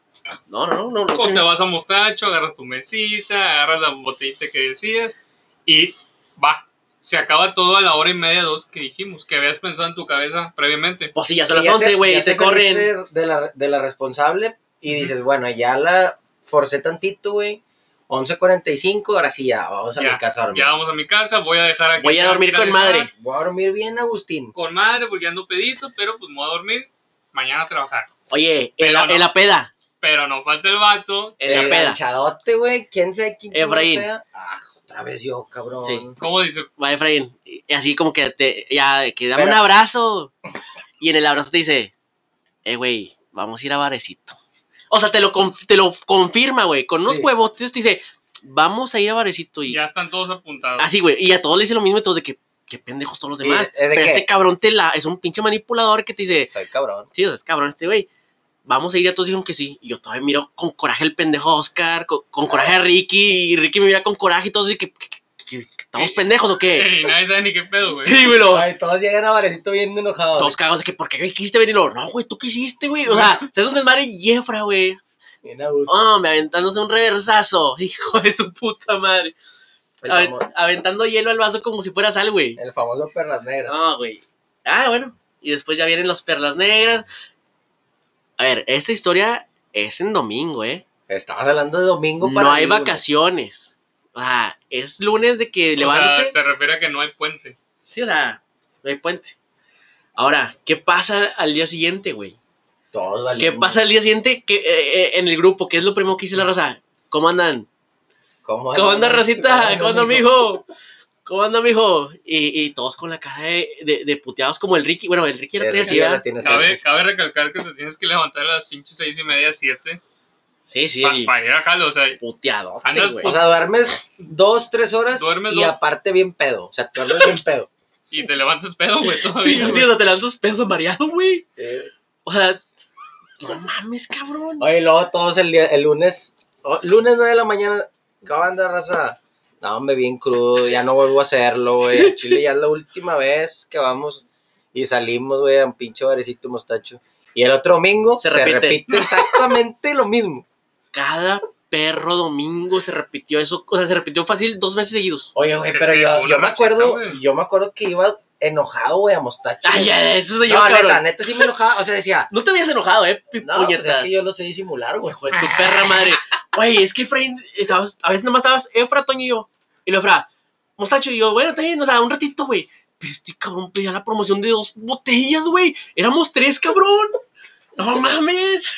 No, no, no, no. no
pues, te
tiene-
vas a Mostacho, agarras tu mesita, agarras la botellita que decías y va. Se acaba todo a la hora y media, dos que dijimos, que habías pensado en tu cabeza previamente.
Pues sí, ya son
Y
las
ya
11, güey,
ya
y te, corren.
saliste De la, de la responsable y
Ujú.
dices, bueno, ya la forcé tantito, güey. 11.45, ahora sí ya, vamos a
Ya,
mi casa a dormir.
Ya vamos a mi casa, voy a dejar aquí.
Voy a dormir
Quiero
con
dejar
madre.
Voy a dormir bien, Agustín.
Con madre, porque ando pedito, pero pues me voy a dormir. Mañana a trabajar.
Oye, en
Pero
la,
no.
en la peda.
Pero no falta el vato.
En
El
la peda.
ganchadote, güey. ¿Quién sabe quién chingados
Efraín.
sea? Ah, otra vez yo, cabrón.
Sí.
¿Cómo dice?
Va Efraín. Y así como que te, ya, de que dame
Pero-
un abrazo. Y en el abrazo te dice, eh, güey, vamos a ir a barecito. O sea, te lo, conf- te lo confirma, güey. Con unos
Sí.
huevotes te dice, vamos a ir a barecito. Y
Ya están todos apuntados.
así, güey. Y a todos le dice lo mismo y todos de que, qué pendejos todos los
Sí,
demás.
es de
Pero
que-
este cabrón te la, es un pinche manipulador que te dice,
Soy cabrón.
sí, o sea, es cabrón este güey. Vamos a ir a todos dijeron que sí. Y yo todavía miro con coraje el pendejo a Oscar, con, con coraje a Ricky, y Ricky me mira con coraje y todos y que, que- que- que- ¿estamos pendejos o qué?
Y nadie sabe ni qué pedo, güey.
Y me lo-
Ay, todos llegan a Varecito bien enojados.
todos cagados de que ¿por qué güey, quisiste venir? Y luego, no, güey, ¿tú qué hiciste, güey? O sea, se hace un desmadre y yefra, güey.
Bien a gusto.
Oh, me aventándose un reversazo, hijo de su puta madre.
el,
Aven-
famo-
aventando hielo al vaso como si fuera sal, güey.
el famoso Perlas Negras.
No, güey. Ah, bueno. Y después ya vienen los perlas negras. A ver, esta historia es en domingo, ¿eh?
Estabas hablando de domingo para
No hay
el lunes.
vacaciones. O sea, es lunes de que
O sea,
levántate.
se refiere a que no hay puentes.
Sí, o sea, no hay puente. Ahora, ¿qué pasa al día siguiente, güey?
Todos
¿Qué
valimos.
pasa al día siguiente que, eh, eh, en el grupo? ¿Qué es lo primero que hice la raza? ¿Cómo andan?
¿Cómo
¿Cómo anda, racita? ¿Cómo anda,
mijo?
mijo? ¿Cómo anda, mijo? Y, y todos con la cara de, de- de puteados como el Ricky. Bueno, el
Sí,
Ricky era tres,
sí, ya la tienes
Cabe,
antes.
cabe recalcar que te tienes que levantar a las pinches seis y media, siete.
Sí, sí.
pa- Para ir a jalo, o sea,
puteado.
Andas
O sea, duermes dos, tres horas
Duermes
y
dos.
aparte bien pedo. O sea, duermes bien pedo.
y te levantas pedo, güey, todavía.
sí,
güey.
o sea, te levantas peso mareado, güey.
Eh,
O sea, no mames, cabrón.
Oye, luego todos el, día, el lunes, oh, lunes 9 de la mañana, ¿cómo anda, raza? No, hombre, bien crudo, ya no vuelvo a hacerlo, güey. Al Chile ya es la última vez que vamos y salimos, güey, a un pinche barecito mostacho. Y el otro domingo
Se
se,
repite.
repite. exactamente lo mismo.
Cada perro domingo se repitió eso. O sea, se repitió fácil dos veces seguidos.
Oye, güey,
Es
pero
que
yo,
una
yo me
rachita,
acuerdo,
güey.
yo me acuerdo que iba enojado, güey, a mostacho.
Ay, ya, eso soy yo,
no,
cabrón.
neta, neta sí me enojaba, o sea, decía,
No te habías enojado, eh, pi-
no, pues es
puñetas.
que yo lo sé disimular, güey.
Hijo de tu perra madre. Güey, es que Efraín, estabas, a veces nomás estabas Efra, Toño y yo. Y lo Efra, mostacho y yo, bueno, está bien, o sea, un ratito, güey. Pero este cabrón pedía la promoción de dos botellas, güey. Éramos tres, cabrón. No mames.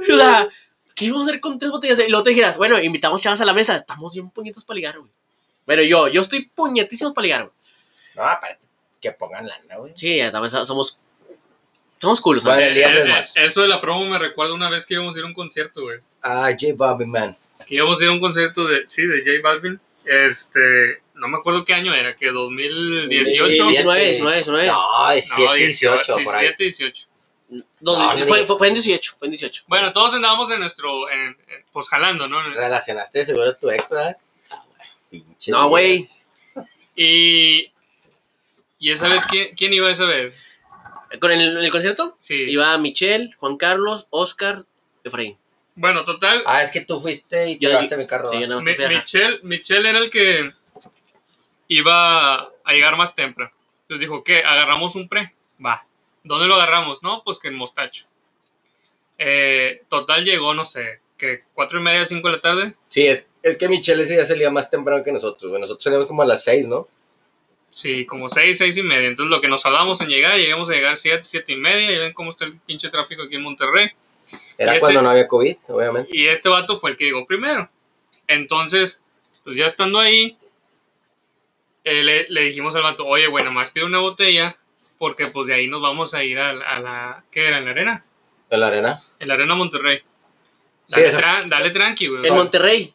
O sea, ¿qué íbamos a hacer con tres botellas? Y luego te dijeras, bueno, invitamos chavas a la mesa. Estamos bien puñetos para ligar, güey. Pero yo, yo estoy puñetísimo para ligar, güey.
No, aparte, que pongan lana, güey.
Sí, ya sabes, somos. Somos culos,
Vale,
¿sabes?
el día
Eh,
del
eh,
más.
Eso de la promo me recuerda una vez que íbamos a ir a un concierto, güey.
Ah, J Bobby, man.
Que íbamos a ir a un concierto de, sí, de J Balvin. Este, no me acuerdo qué año era, que 2018.
18. 19, 19, 19.
No, 17,
No,
18, por ahí.
17, 18.
Dos-
No, no
fue,
digas.
fue, fue en 18, fue en 18.
Bueno, todos andábamos en nuestro, en- en- pues jalando, ¿no?
Relacionaste de seguro a tu ex, ¿verdad? Ah, güey, pinche
No, güey.
días.
Y, y esa vez, ¿quién, quién iba esa vez?
Eh, ¿Con el, el concierto?
Sí.
Iba Michelle, Juan Carlos, Oscar, Efraín.
Bueno, total,
Ah, es que tú fuiste y te
Yo-
llevaste mi carro.
Sí, yo
¿verdad?
nada más
Mi-
te fui a dejar.
Michelle, Michelle era el que iba a llegar más temprano. Entonces dijo, ¿qué? ¿Agarramos un pre? Va. ¿Dónde lo agarramos? No, pues que en Mostacho. Eh, total llegó, no sé, que cuatro y media, cinco de la tarde.
Sí, es, es que Michelle ese día salía más temprano que nosotros, güey. Nosotros salíamos como a las 6, ¿no?
Sí, como seis, seis y media. Entonces lo que nos hablamos en llegar, llegamos a llegar siete, siete y media. Y ven cómo está el pinche tráfico aquí en Monterrey.
Era
Y este-
cuando no había COVID, obviamente.
Y este vato fue el que llegó primero. Entonces, pues ya estando ahí, eh, le, le, dijimos al vato, oye, bueno, más pide una botella, porque pues de ahí nos vamos a ir a, la, a la ¿qué era? ¿En la arena?
¿En la arena?
En la arena Monterrey. Dale, sí, tra dale tranqui, güey.
¿En Monterrey?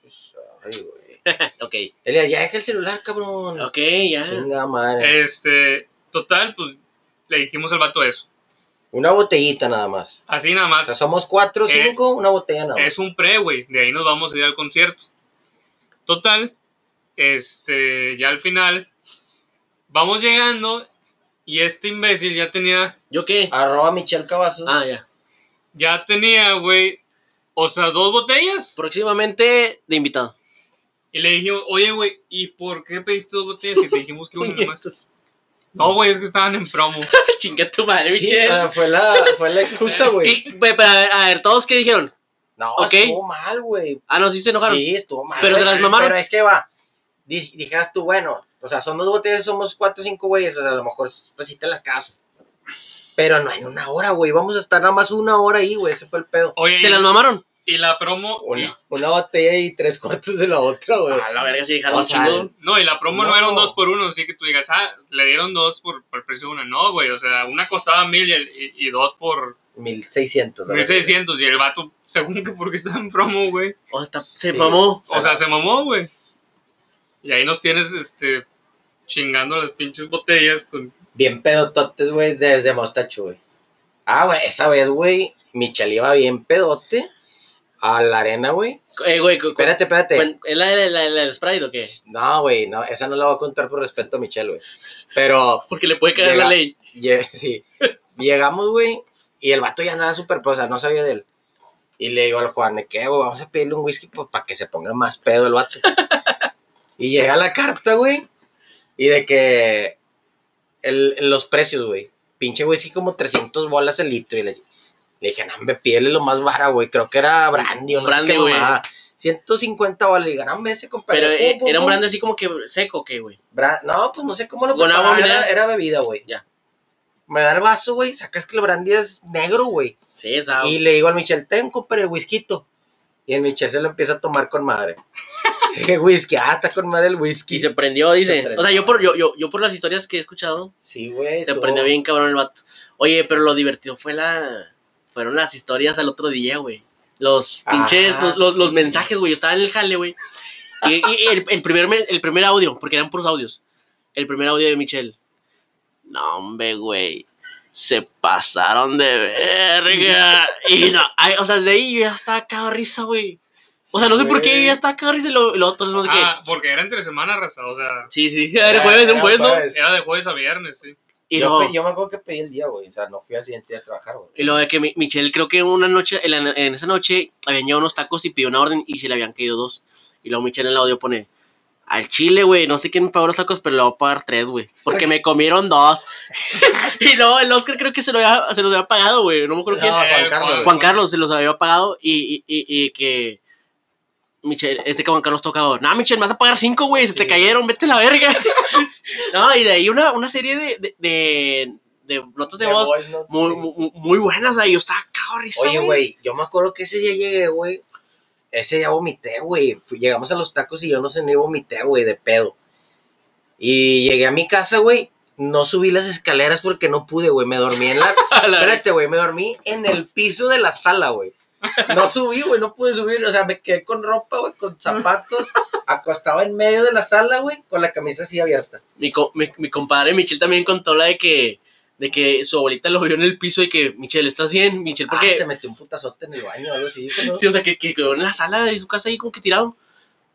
Pues,
Ay, güey. ok.
Elias, ya deja el celular, cabrón.
Ok, Eh. ya.
Chinga madre.
Este, total, pues le dijimos al vato eso.
Una botellita nada más.
Así nada más.
O sea, somos cuatro, cinco, eh, una botella nada más.
Es un pre, güey. De ahí nos vamos a ir al concierto. Total, este, ya al final, vamos llegando y este imbécil ya tenía...
¿Yo qué?
Arroba Michelle Cavazos.
Ah, ya.
Ya tenía, güey, o sea, dos botellas.
Próximamente de invitado.
Y le dijimos, oye, güey, ¿y por qué pediste dos botellas si te dijimos que una más? No, güey, es que estaban en promo.
Chinga tu madre,
sí, uh, fue, la, fue la excusa, güey.
a ver, ¿todos qué dijeron?
No, okay. estuvo mal, güey.
Ah, no, sí se enojaron.
Sí, estuvo mal.
Pero
wey,
se las mamaron.
Pero es que va, dijeras tú, bueno, o sea, son dos botellas, somos cuatro o cinco güeyes, o sea, a lo mejor pues sí te las caso. Pero no en una hora, güey, vamos a estar nada más una hora ahí, güey, ese fue el pedo.
Oye, se las mamaron.
Y la promo.
Una, y... una, botella y tres cuartos de la otra, güey.
A Ah, la verga, si dejaron o sea, el...
No, y la promo no. no. era un dos por uno, así que tú digas, ah, le dieron dos por, por el precio de una. No, güey, o sea, una costaba mil y, el, y, y dos por.
Mil seiscientos.
Mil seiscientos, y el vato, según que porque estaba en promo, güey.
O sea, se sí, mamó.
O sea, se mamó, güey. Y ahí nos tienes, este, chingando las pinches botellas con.
Bien pedototes, güey, desde Mostacho, güey. Ah, güey, esa vez, güey, Michelle iba bien pedote. A la arena, güey.
Eh, güey,
espérate, espérate.
¿Es la, la, la, la del Sprite o qué?
No, güey, no, esa no la voy a contar por respeto a Michelle, güey. Pero.
Porque le puede caer llega, la ley.
Lleg sí. Llegamos, güey, y el vato ya nada súper, pues, o sea, no sabía de él. Y le digo al Juan, ¿qué, güey? Vamos a pedirle un whisky pues, para que se ponga más pedo el vato. y llega la carta, güey, y de que. El, los precios, güey. Pinche whisky como 300 bolas el litro. Y le le dije, no, me pídele lo más vara, güey. Creo que era brandy o no brandy, sé qué, 150 bolas. Le dije, no, me ese compadre.
Pero eh, era un brandy así como que seco, ¿qué, güey?
No, pues no sé cómo lo compraba. Bueno, era, era, bebida, güey.
Ya.
Me da el vaso, güey. Sacas que el brandy es negro, güey.
Sí, esa.
Y le digo al Michel, ten, compadre, el whisky. Y el Michel se lo empieza a tomar con madre. Dije, whisky, ah, está con madre el whisky.
Y se prendió, dice. Se prendió. O sea, yo por, yo, yo, yo, por las historias que he escuchado.
Sí, güey.
Se todo. prendió bien cabrón el vato. Oye, pero lo divertido fue la fueron las historias al otro día, güey. Los pinches, Ajá, los, los, los, mensajes, güey. Yo estaba en el jale, güey. Y, y el, el, primer, el primer audio, porque eran puros audios. El primer audio de Michelle. No, hombre, güey. Se pasaron de verga. Y no, ay, o sea, de ahí yo ya estaba cada risa, güey. O sea, no sé sí, por qué yo ya estaba cada risa y lo, lo otro, no sé
ah, qué. porque era entre semana, raza, o sea.
Sí, sí, era, era jueves, era un jueves, ¿no?
Era de jueves a viernes, sí.
Y yo, lo, yo, me acuerdo que pedí el día, güey. O sea, no fui al siguiente día a trabajar, güey.
Y lo de que Michelle, creo que una noche, en, la, en, esa noche, habían llevado unos tacos y pidió una orden y se le habían caído dos. Y luego Michelle en el audio pone, al chile, güey, no sé quién me pagó los tacos, pero le voy a pagar tres, güey. Porque me comieron dos. y luego el Oscar creo que se, lo había, se los había pagado, güey. No me acuerdo no, quién.
Juan Carlos.
Eh, Juan Carlos se los había pagado y, y, y, y que... Michelle, este que Juan Carlos tocador. No, nah, Michelle, me vas a pagar cinco, güey. Se sí. te cayeron, vete a la verga. no, y de ahí una, una serie de, de, de, de notas de, voz, voz no, muy, sí. muy, muy, buenas. O sea, yo estaba cagado
Oye, güey, yo me acuerdo que ese día llegué, güey. Ese día vomité, güey. Llegamos a los tacos y yo no sé ni vomité, güey, de pedo. Y llegué a mi casa, güey. No subí las escaleras porque no pude, güey. Me dormí en la. la Espérate, güey. Me dormí en el piso de la sala, güey. No subí, güey, no pude subir. O sea, me quedé con ropa, güey, con zapatos, acostado en medio de la sala, güey, con la camisa así abierta.
Mi, co mi, mi, compadre Michel también contó la de que, de que su abuelita lo vio en el piso y que, Michel, ¿estás bien? Michel, ¿por qué?
Ah, se metió un putazote en el baño algo así.
¿no? Sí, o sea, que, que quedó en la sala de su casa ahí como que tirado.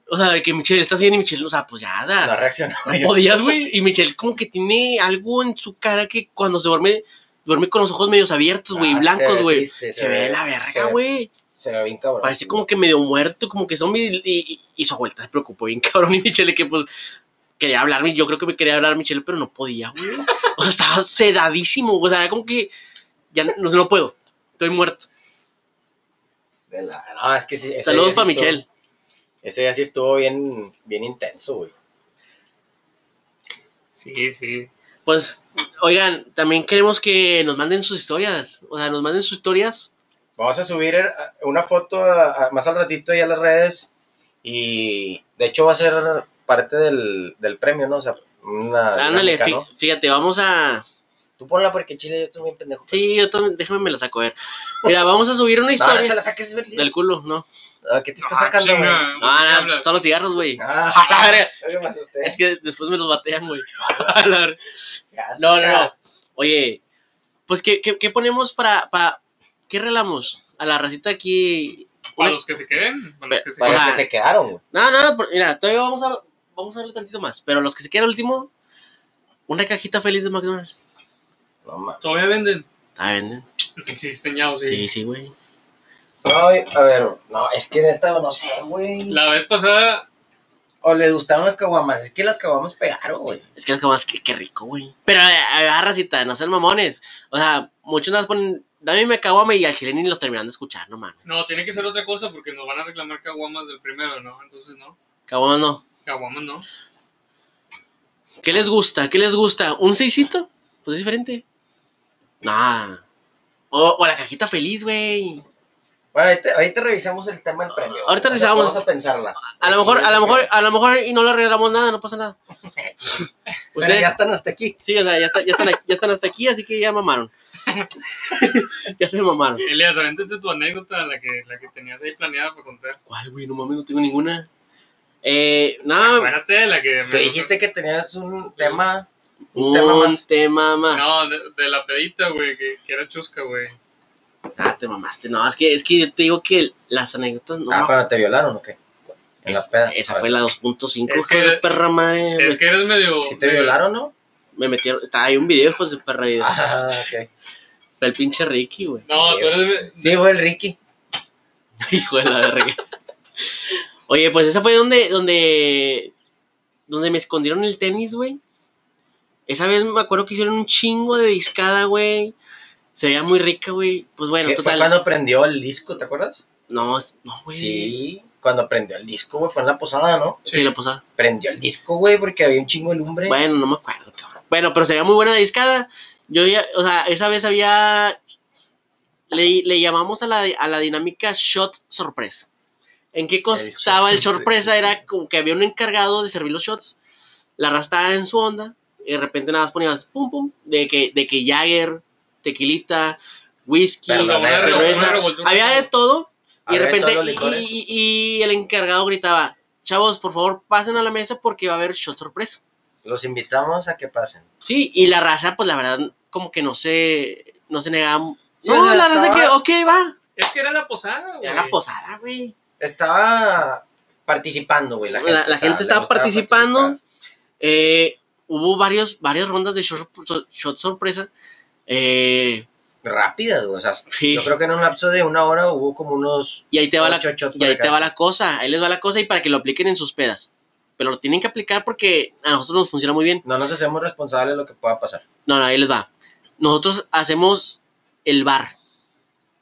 O sea, que Michelle, ¿estás bien? Y Michelle, o sea, pues ya, da.
No reaccionaba.
No podías, güey. Y Michelle como que tiene algo en su cara que cuando se duerme duerme con los ojos medios abiertos, güey, ah, blancos, güey. Se, se, ve la verga, güey.
Se ve bien cabrón.
Parece como que medio muerto, como que zombie. Y, y, y su abuelita se preocupó bien cabrón. Y Michelle, que pues quería hablarme. Yo creo que me quería hablar Michelle, pero no podía, güey. O sea, estaba sedadísimo. O sea, era como que ya no, no puedo. Estoy muerto.
De la, no, es que sí,
Saludos para sí Michelle.
Estuvo, ese día sí estuvo bien, bien intenso, güey.
Sí, sí
pues, oigan, también queremos que nos manden sus historias. O sea, nos manden sus historias.
eh, Vamos a subir una foto a, a, más al ratito ya a las redes Y de hecho va a ser parte del, del premio, ¿no? O sea, una.
Ándale,
dinámica,
fí-
¿no?
fíjate, vamos a.
Tú ponla porque Chile yo estoy bien pendejo.
Sí, yo también, déjame me la saco a ver. Mira, vamos a subir una
No, ahora te
historia.
la saques, Berlín.
Del culo, no.
Ah, ¿Qué te está
Ah,
sacando, güey?
chinga, ¿por qué
No, no,
hablas?
son los cigarros, güey.
Ah,
A la verga.
yo me asusté.
Es que después me los batean, güey. A la verga.
Ya,
No, no,
saca.
no. Oye, pues, ¿qué, qué, qué ponemos para, para. ¿Qué relamos? A la racita aquí.
Para
Una-
los que se queden. Para los que se
Para
queden.
los
Ajá.
que se quedaron, güey.
No, no, por- mira, todavía vamos a, vamos a darle tantito más. Pero los que se quedan al último, una cajita feliz de McDonald's.
No, mames.
Todavía venden.
Ah, venden.
Existen ya, o sí.
Sí, sí, güey.
Ay, a ver, no, es que neta, no sé, güey.
La vez pasada,
O le gustaron las caguamas, es que las caguamas pegaron, güey.
Es que es como, es que qué rico, güey. Pero, eh, a ver, racita, no sean mamones. O sea, muchos nos ponen, dame me caguame y al chile ni los terminan de escuchar, no mames.
no, tiene que ser otra cosa porque nos van a reclamar caguamas del primero, ¿no? Entonces, no.
Caguama no.
Caguamas no.
¿Qué les gusta? ¿Qué les gusta? ¿Un seisito? Pues es diferente. Nah. O, o la cajita feliz, güey.
Bueno, ahorita, ahorita revisamos el tema del premio.
Ah,
O sea,
Ahorita revisamos.
Vamos a pensarla.
A lo mejor, a lo mejor, a lo mejor y no le regalamos nada, no pasa nada.
Pero
Ustedes,
ya están hasta aquí.
sí, o sea, ya, está- ya están, aquí- ya están hasta aquí, así que ya mamaron. ya se mamaron.
Elias, avéntate tu anécdota, la que, la que tenías ahí planeada para contar.
¿Cuál, güey? No mames, no tengo ninguna. Eh, nada.
Acuérdate de la que.
Tú dijiste que tenías un tema.
Un
tema
tema
más.
más.
No, de, de la pedita, güey, que, que era chusca, güey.
Ah, te mamaste. No, es que, es que yo te digo que las anécdotas no.
ah,
me-
cuando te violaron, ¿o qué? En la
es-
peda.
Esa
A ver,
fue la 2.5.
Es
hijo de
que-
perra madre.
Es que eres medio.
¿Sí te
medio-
violaron, no?
Me metieron. Estaba ahí un video, hijo de su perra. y-
Ah, ok.
El pinche Ricky, güey.
No, tú eres. me-
Sí, fue el Ricky.
Hijo de la verga. Oye, pues esa fue donde, donde, donde me escondieron el tenis, güey. Esa vez me acuerdo que hicieron un chingo de discada, güey. Se veía muy rica, güey. Pues bueno,
Que fue
total.
cuando prendió el disco, ¿te acuerdas?
No, es- no, güey. Sí.
Sí, cuando prendió el disco, güey, fue en la posada, ¿no?
Sí.
la posada.
Prendió el disco, güey, porque había un chingo de lumbre.
Bueno, no me acuerdo, cabrón. Bueno, pero se veía muy buena la discada. Yo ya, o sea, esa vez había. Le, le llamamos a la, a la dinámica shot sorpresa. ¿En qué constaba el
shot sorpresa.
sorpresa? Era como que había un encargado de servir los shots. La arrastraba en su onda. Y de repente nada más ponías pum pum. De que, de que Jagger, tequilita, whisky,
Pero
o sea,
la
una
neta,
revo-
cerveza.
una revoltura.
Había de todo. Y de
Había
repente,
todos los
y-
licores.
y, y el encargado gritaba, chavos, por favor, pasen a la mesa porque va a haber shot sorpresa.
Los invitamos a que pasen.
Sí, y la raza, pues la verdad, como que no se, no se negaba.
Sí, o
no,
sea,
la raza que,
estaba-
ok, va.
Es que era la posada, güey.
Era la posada, güey.
Estaba participando, güey.
La,
La gente,
la
o sea,
gente
le
estaba
gustaba
participando.
participar.
Eh, hubo varios, varias rondas de shot, so- shot sorpresa. Eh,
Rápidas, güey. O sea,
sí.
yo creo que en un lapso de una hora hubo como unos
Y ahí te va la
ocho shots
Y
para
ahí te
cada
va la cosa, ahí les va la cosa y para que lo apliquen en sus pedas. Pero lo tienen que aplicar porque a nosotros nos funciona muy bien.
No nos hacemos responsables de lo que pueda pasar.
No, no, ahí les va. Nosotros hacemos el bar.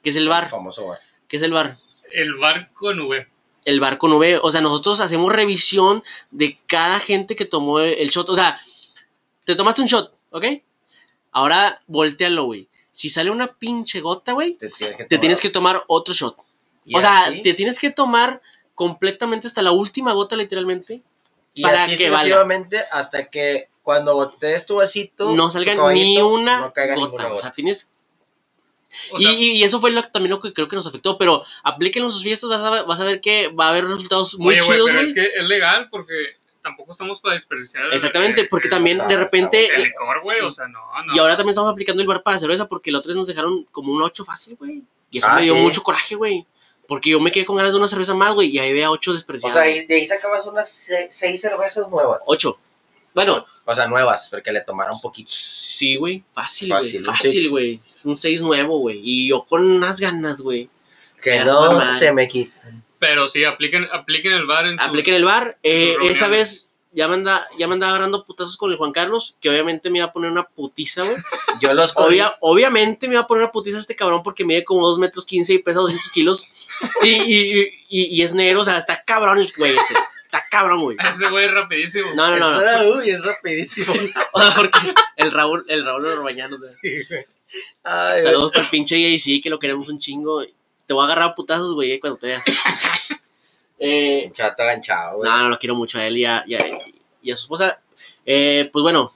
¿Qué es el
El
bar?
famoso bar.
¿Qué es el bar?
El barco en V.
El bar con V. O sea, nosotros hacemos revisión de cada gente que tomó el shot. O sea, te tomaste un shot, ¿ok? Ahora voltealo, güey. Si sale una pinche gota, güey,
Te tienes que.
te
tomar-
tienes que tomar otro shot.
y
O sea,
así-
te tienes que tomar completamente hasta la última gota, literalmente.
y
para
así
que valga.
sucesivamente hasta que cuando botees tu vasito.
No
tu
salga ni
caballito,
una
No caiga
gota.
ninguna
O
gota.
sea, tienes
O
Y-
sea,
y, y eso fue lo, también lo que creo que nos afectó, pero aplíquenlo en sus fiestas, vas a, ver- vas a ver que va a haber resultados muy
oye, güey,
chidos,
pero es
güey.
que es legal porque tampoco estamos para desperdiciar. el-
Exactamente,
el-
porque
el-
también
está-
de
está
repente,
El licor, güey, o sea, no, no.
y ahora también estamos aplicando el bar para cerveza, porque la otra vez nos dejaron como un 8 fácil, güey. Y eso
Ah,
me dio
sí.
mucho coraje, güey. Porque yo me quedé con ganas de una cerveza más, güey, y ahí vea 8
O
desperdiciados.
sea, y de ahí sacabas unas se- seis cervezas nuevas.
8. Bueno,
O sea, nuevas, porque le tomaron poquito.
sí, güey, fácil,
Fácil,
güey.
un
Fácil,
seis.
güey. Un 6 nuevo, güey. Y yo con unas ganas, güey.
Que
Ya,
no
mamá.
se me quita.
Pero sí, apliquen, apliquen el bar en sus-
apliqué en el bar. eh,
reuniones.
esa vez ya me, anda, ya me andaba agarrando putazos con el Juan Carlos, que obviamente me iba a poner una putiza, güey.
Yo los comí.
Obvia- obviamente me iba a poner una putiza este cabrón porque mide como 2 metros 15 y pesa 200 kilos. Y, y, y- y- y es negro, o sea, está cabrón el güey este. Está cabrón, güey.
Ese güey es rapidísimo.
No, no, no. no.
Eso, uy, es rapidísimo.
O sea, porque el Raúl, el Raúl Orbañano. güey.
Ay,
Saludos para el pinche JC, que lo queremos un chingo. Te voy a agarrar a putazos, güey, cuando te vea. Eh,
Un Chato aganchado, güey.
no, no lo quiero mucho a él y a, y a- y a su esposa. Eh, pues bueno.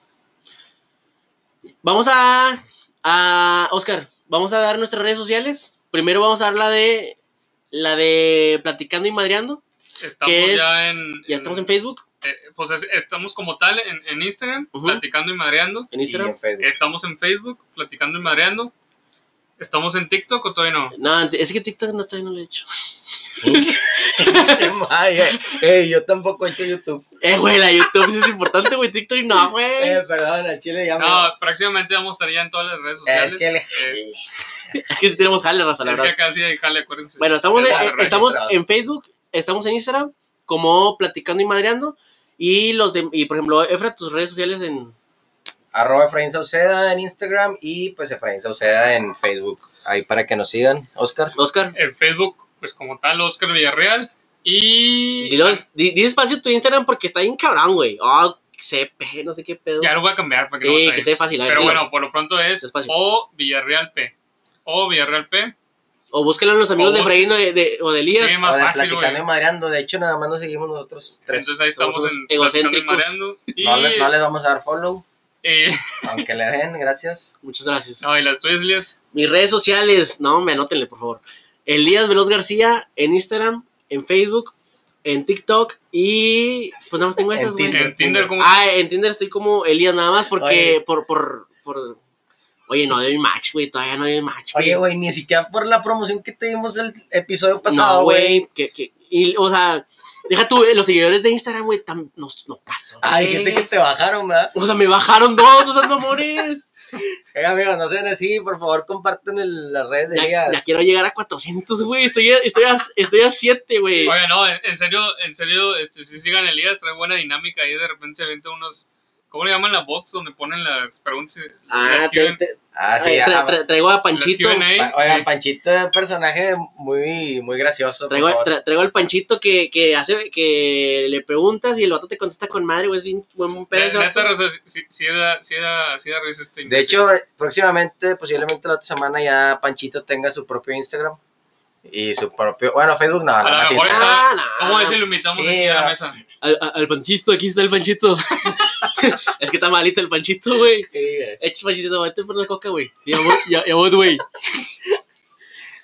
Vamos a, a. Oscar, vamos a dar nuestras redes sociales. Primero vamos a dar la de. La de Platicando y Madreando.
Estamos
¿Qué es?
ya en.
Ya estamos en Facebook.
eh, pues es- estamos como tal en, en Instagram,
Ujú.
platicando y madreando.
En
Y
Instagram.
en Facebook.
Estamos en Facebook, platicando y madreando. Estamos en TikTok o todavía no.
No, ante- es que TikTok no, todavía no lo he hecho.
Pinche madre. Ey, eh, yo tampoco he hecho YouTube.
Eh, güey, la YouTube sí es importante, güey. TikTok no, güey.
Eh, perdón, al chile ya me.
No, próximamente vamos a estar ya en todas las redes sociales.
Es que le-
Es-
Es que sí tenemos jale, raza, la
es
verdad.
que acá sí hay jale, acuérdense.
Bueno, estamos,
Pero
en,
bueno,
estamos
registrado.
en Facebook, estamos en Instagram, como platicando y madreando. Y los de, y por ejemplo, Efra, tus redes sociales en.
Arroba Efraín Sauceda en Instagram y pues Efraín Sauceda en Facebook. Ahí para que nos sigan, Oscar.
Oscar,
En Facebook, pues como tal, Oscar Villarreal. Y.
dilo- di, di despacio tu Instagram porque está bien cabrón, güey. Ah, CP, no sé qué pedo.
Ya lo voy a cambiar para que
Sí,
no me
que
trae.
esté fácil, a ver,
Pero
dilo.
bueno, por lo pronto es
Despacio.
O Villarreal P. O Villarreal P.
O búscalo en los amigos
O
de
busca-
Efraín o de, de- o de Elías.
Sigue más
O de
fácil, güey.
Platicando y Madreando. De hecho, nada más nos seguimos nosotros tres.
Entonces ahí estamos
Somos
en
egocéntricos.
Platicando y
no, le- no
Madreando.
les vamos a dar follow,
Y, eh,
aunque le den, gracias.
Muchas gracias.
no, y las tuyas, Elías.
Mis redes sociales, no, me anótenle, por favor. Elías Veloz García en Instagram, en Facebook, en TikTok y. Pues nada más tengo
En
esas, güey.
Tinder.
En Tinder, ¿cómo?
Ah, en Tinder estoy como Elías nada más porque
Oye.
por, por, por... Oye, no doy match, güey, todavía no doy match.
Oye, güey, ni siquiera por la promoción que te dimos el episodio
no,
pasado, güey.
güey, que, que- y, o sea, deja tú, eh, los seguidores de Instagram, güey, tam- no, no pasó.
Ay,
güey.
dijiste que te bajaron, ¿verdad?
O sea, me bajaron dos, no seas mamones.
Eh, amigos, no sean así, por favor, comparten el- las redes de
Ya,
Elías.
ya quiero llegar a 400, güey, estoy a, estoy a, estoy a 7, güey.
Oye, no, en en serio, en serio, este, si sigan Elías, trae buena dinámica. Ahí de repente se avienta unos. ¿Cómo le llaman la box donde ponen las preguntas? y-
Ah,
las
te-
Q&A?
te-
Ah, sí,
tra-
ya.
tra- traigo a
Las
Panchito.
Q&A,
Pa- Oigan,
sí.
Panchito es un personaje muy, muy gracioso. por
Traigo,
favor.
tra- traigo al Panchito que, que hace que le preguntas y el vato te contesta con madre, güey, es bien buen pedo. Ah, ese
Neta,
vato.
neta, o sea, sí- sí da- sí da- sí da risa este
de
imbécil.
hecho, eh, próximamente, posiblemente la otra semana, ya Panchito tenga su propio Instagram y su propio. Bueno, Facebook no, nada
lo
más
mejor
Instagram.
Ah,
¿Cómo
nah.
es si lo invitamos
Sí,
aquí a la
ah.
mesa?
Al, a- al panchito, aquí está el panchito. es que está malito el panchito, güey.
Sí, eh. güey.
Eche panchito, vete por la coca, güey. Ya voy, ya, ya voy, güey.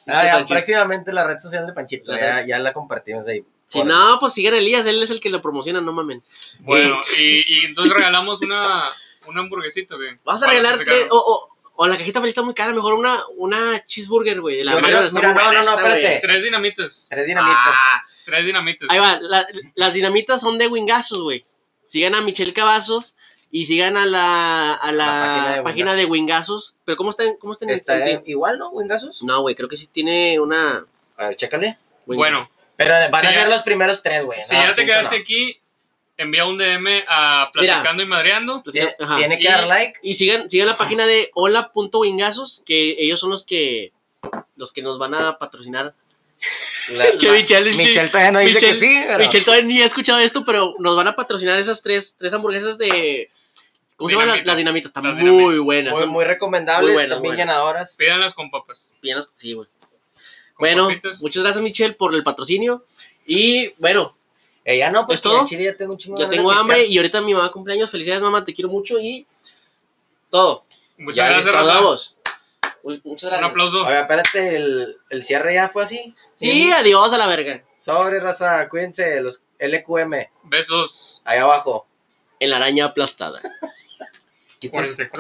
Ah, ya,
Panchito.
próximamente la red social de Panchito,
La
ya, ya la compartimos ahí.
Si
Por-
no, pues sigan a Elías, él es el que lo promociona, no mamen.
Bueno, y, y entonces regalamos una, un hamburguesito. ¿qué?
Vamos a
Para los que
regalar
se
tres,
quedaron.
o, o, o la cajita feliz está muy cara, mejor una, una cheeseburger, güey. de La
Yo
Magnum,
creo-
está
mira,
muy
no,
buena
no, no,
esa, güey.
espérate.
Tres dinamitas.
Tres dinamitas.
Ah,
Tres dinamitas.
Ahí va, la- las dinamitas son de Wingazos, güey. Sigan a Michelle Cavazos y sigan a la, a la,
La página de
página de Wingazos. Pero ¿cómo están? ¿Cómo están en-
¿Está
en-
igual, no, Wingasos?
No, güey, creo que sí tiene una...
A ver, chécale.
bueno,
Pero van
Si
a
ya-
ser los primeros tres, güey.
si
no,
ya te
cinco
quedaste
no.
aquí, envía un DM a Platicando y Madreando.
Tiene,
Ajá.
tiene
Y-
que dar like.
Y sigan, sigan la página de hola.wingazos, que ellos son los que los que nos van a patrocinar.
La-
Che, Michelle, sí.
Michelle todavía no dice
Michelle-
que sí, pero-
Michelle todavía ni ha escuchado esto, pero nos van a patrocinar esas tres, tres hamburguesas de... ¿Cómo se llaman?
Dinamitas.
Las dinamitas, están
Las
muy
dinamitas.
buenas.
Muy,
son
muy recomendables,
muy buenas,
también
buenas.
ganadoras.
Pídanlas con papas.
bien las- Sí, güey.
con
Bueno,
papitas.
muchas gracias Michelle por el patrocinio. Y bueno,
Eh, ya no, pues
¿Es todo?
en Chile ya tengo un chingo de
ya tengo
de
hambre
pescar.
y ahorita mi mamá cumpleaños. Felicidades mamá, te quiero mucho y todo.
Muchas
ya
gracias,
listo,
Raza.
Vamos. Muchas
Un
gracias.
aplauso.
Oiga, espérate, el, el cierre ya fue así.
Sí, adiós a la verga.
Sobre, raza, cuídense, los LQM,
Besos.
ahí abajo.
En la araña aplastada.
Quitas-
44.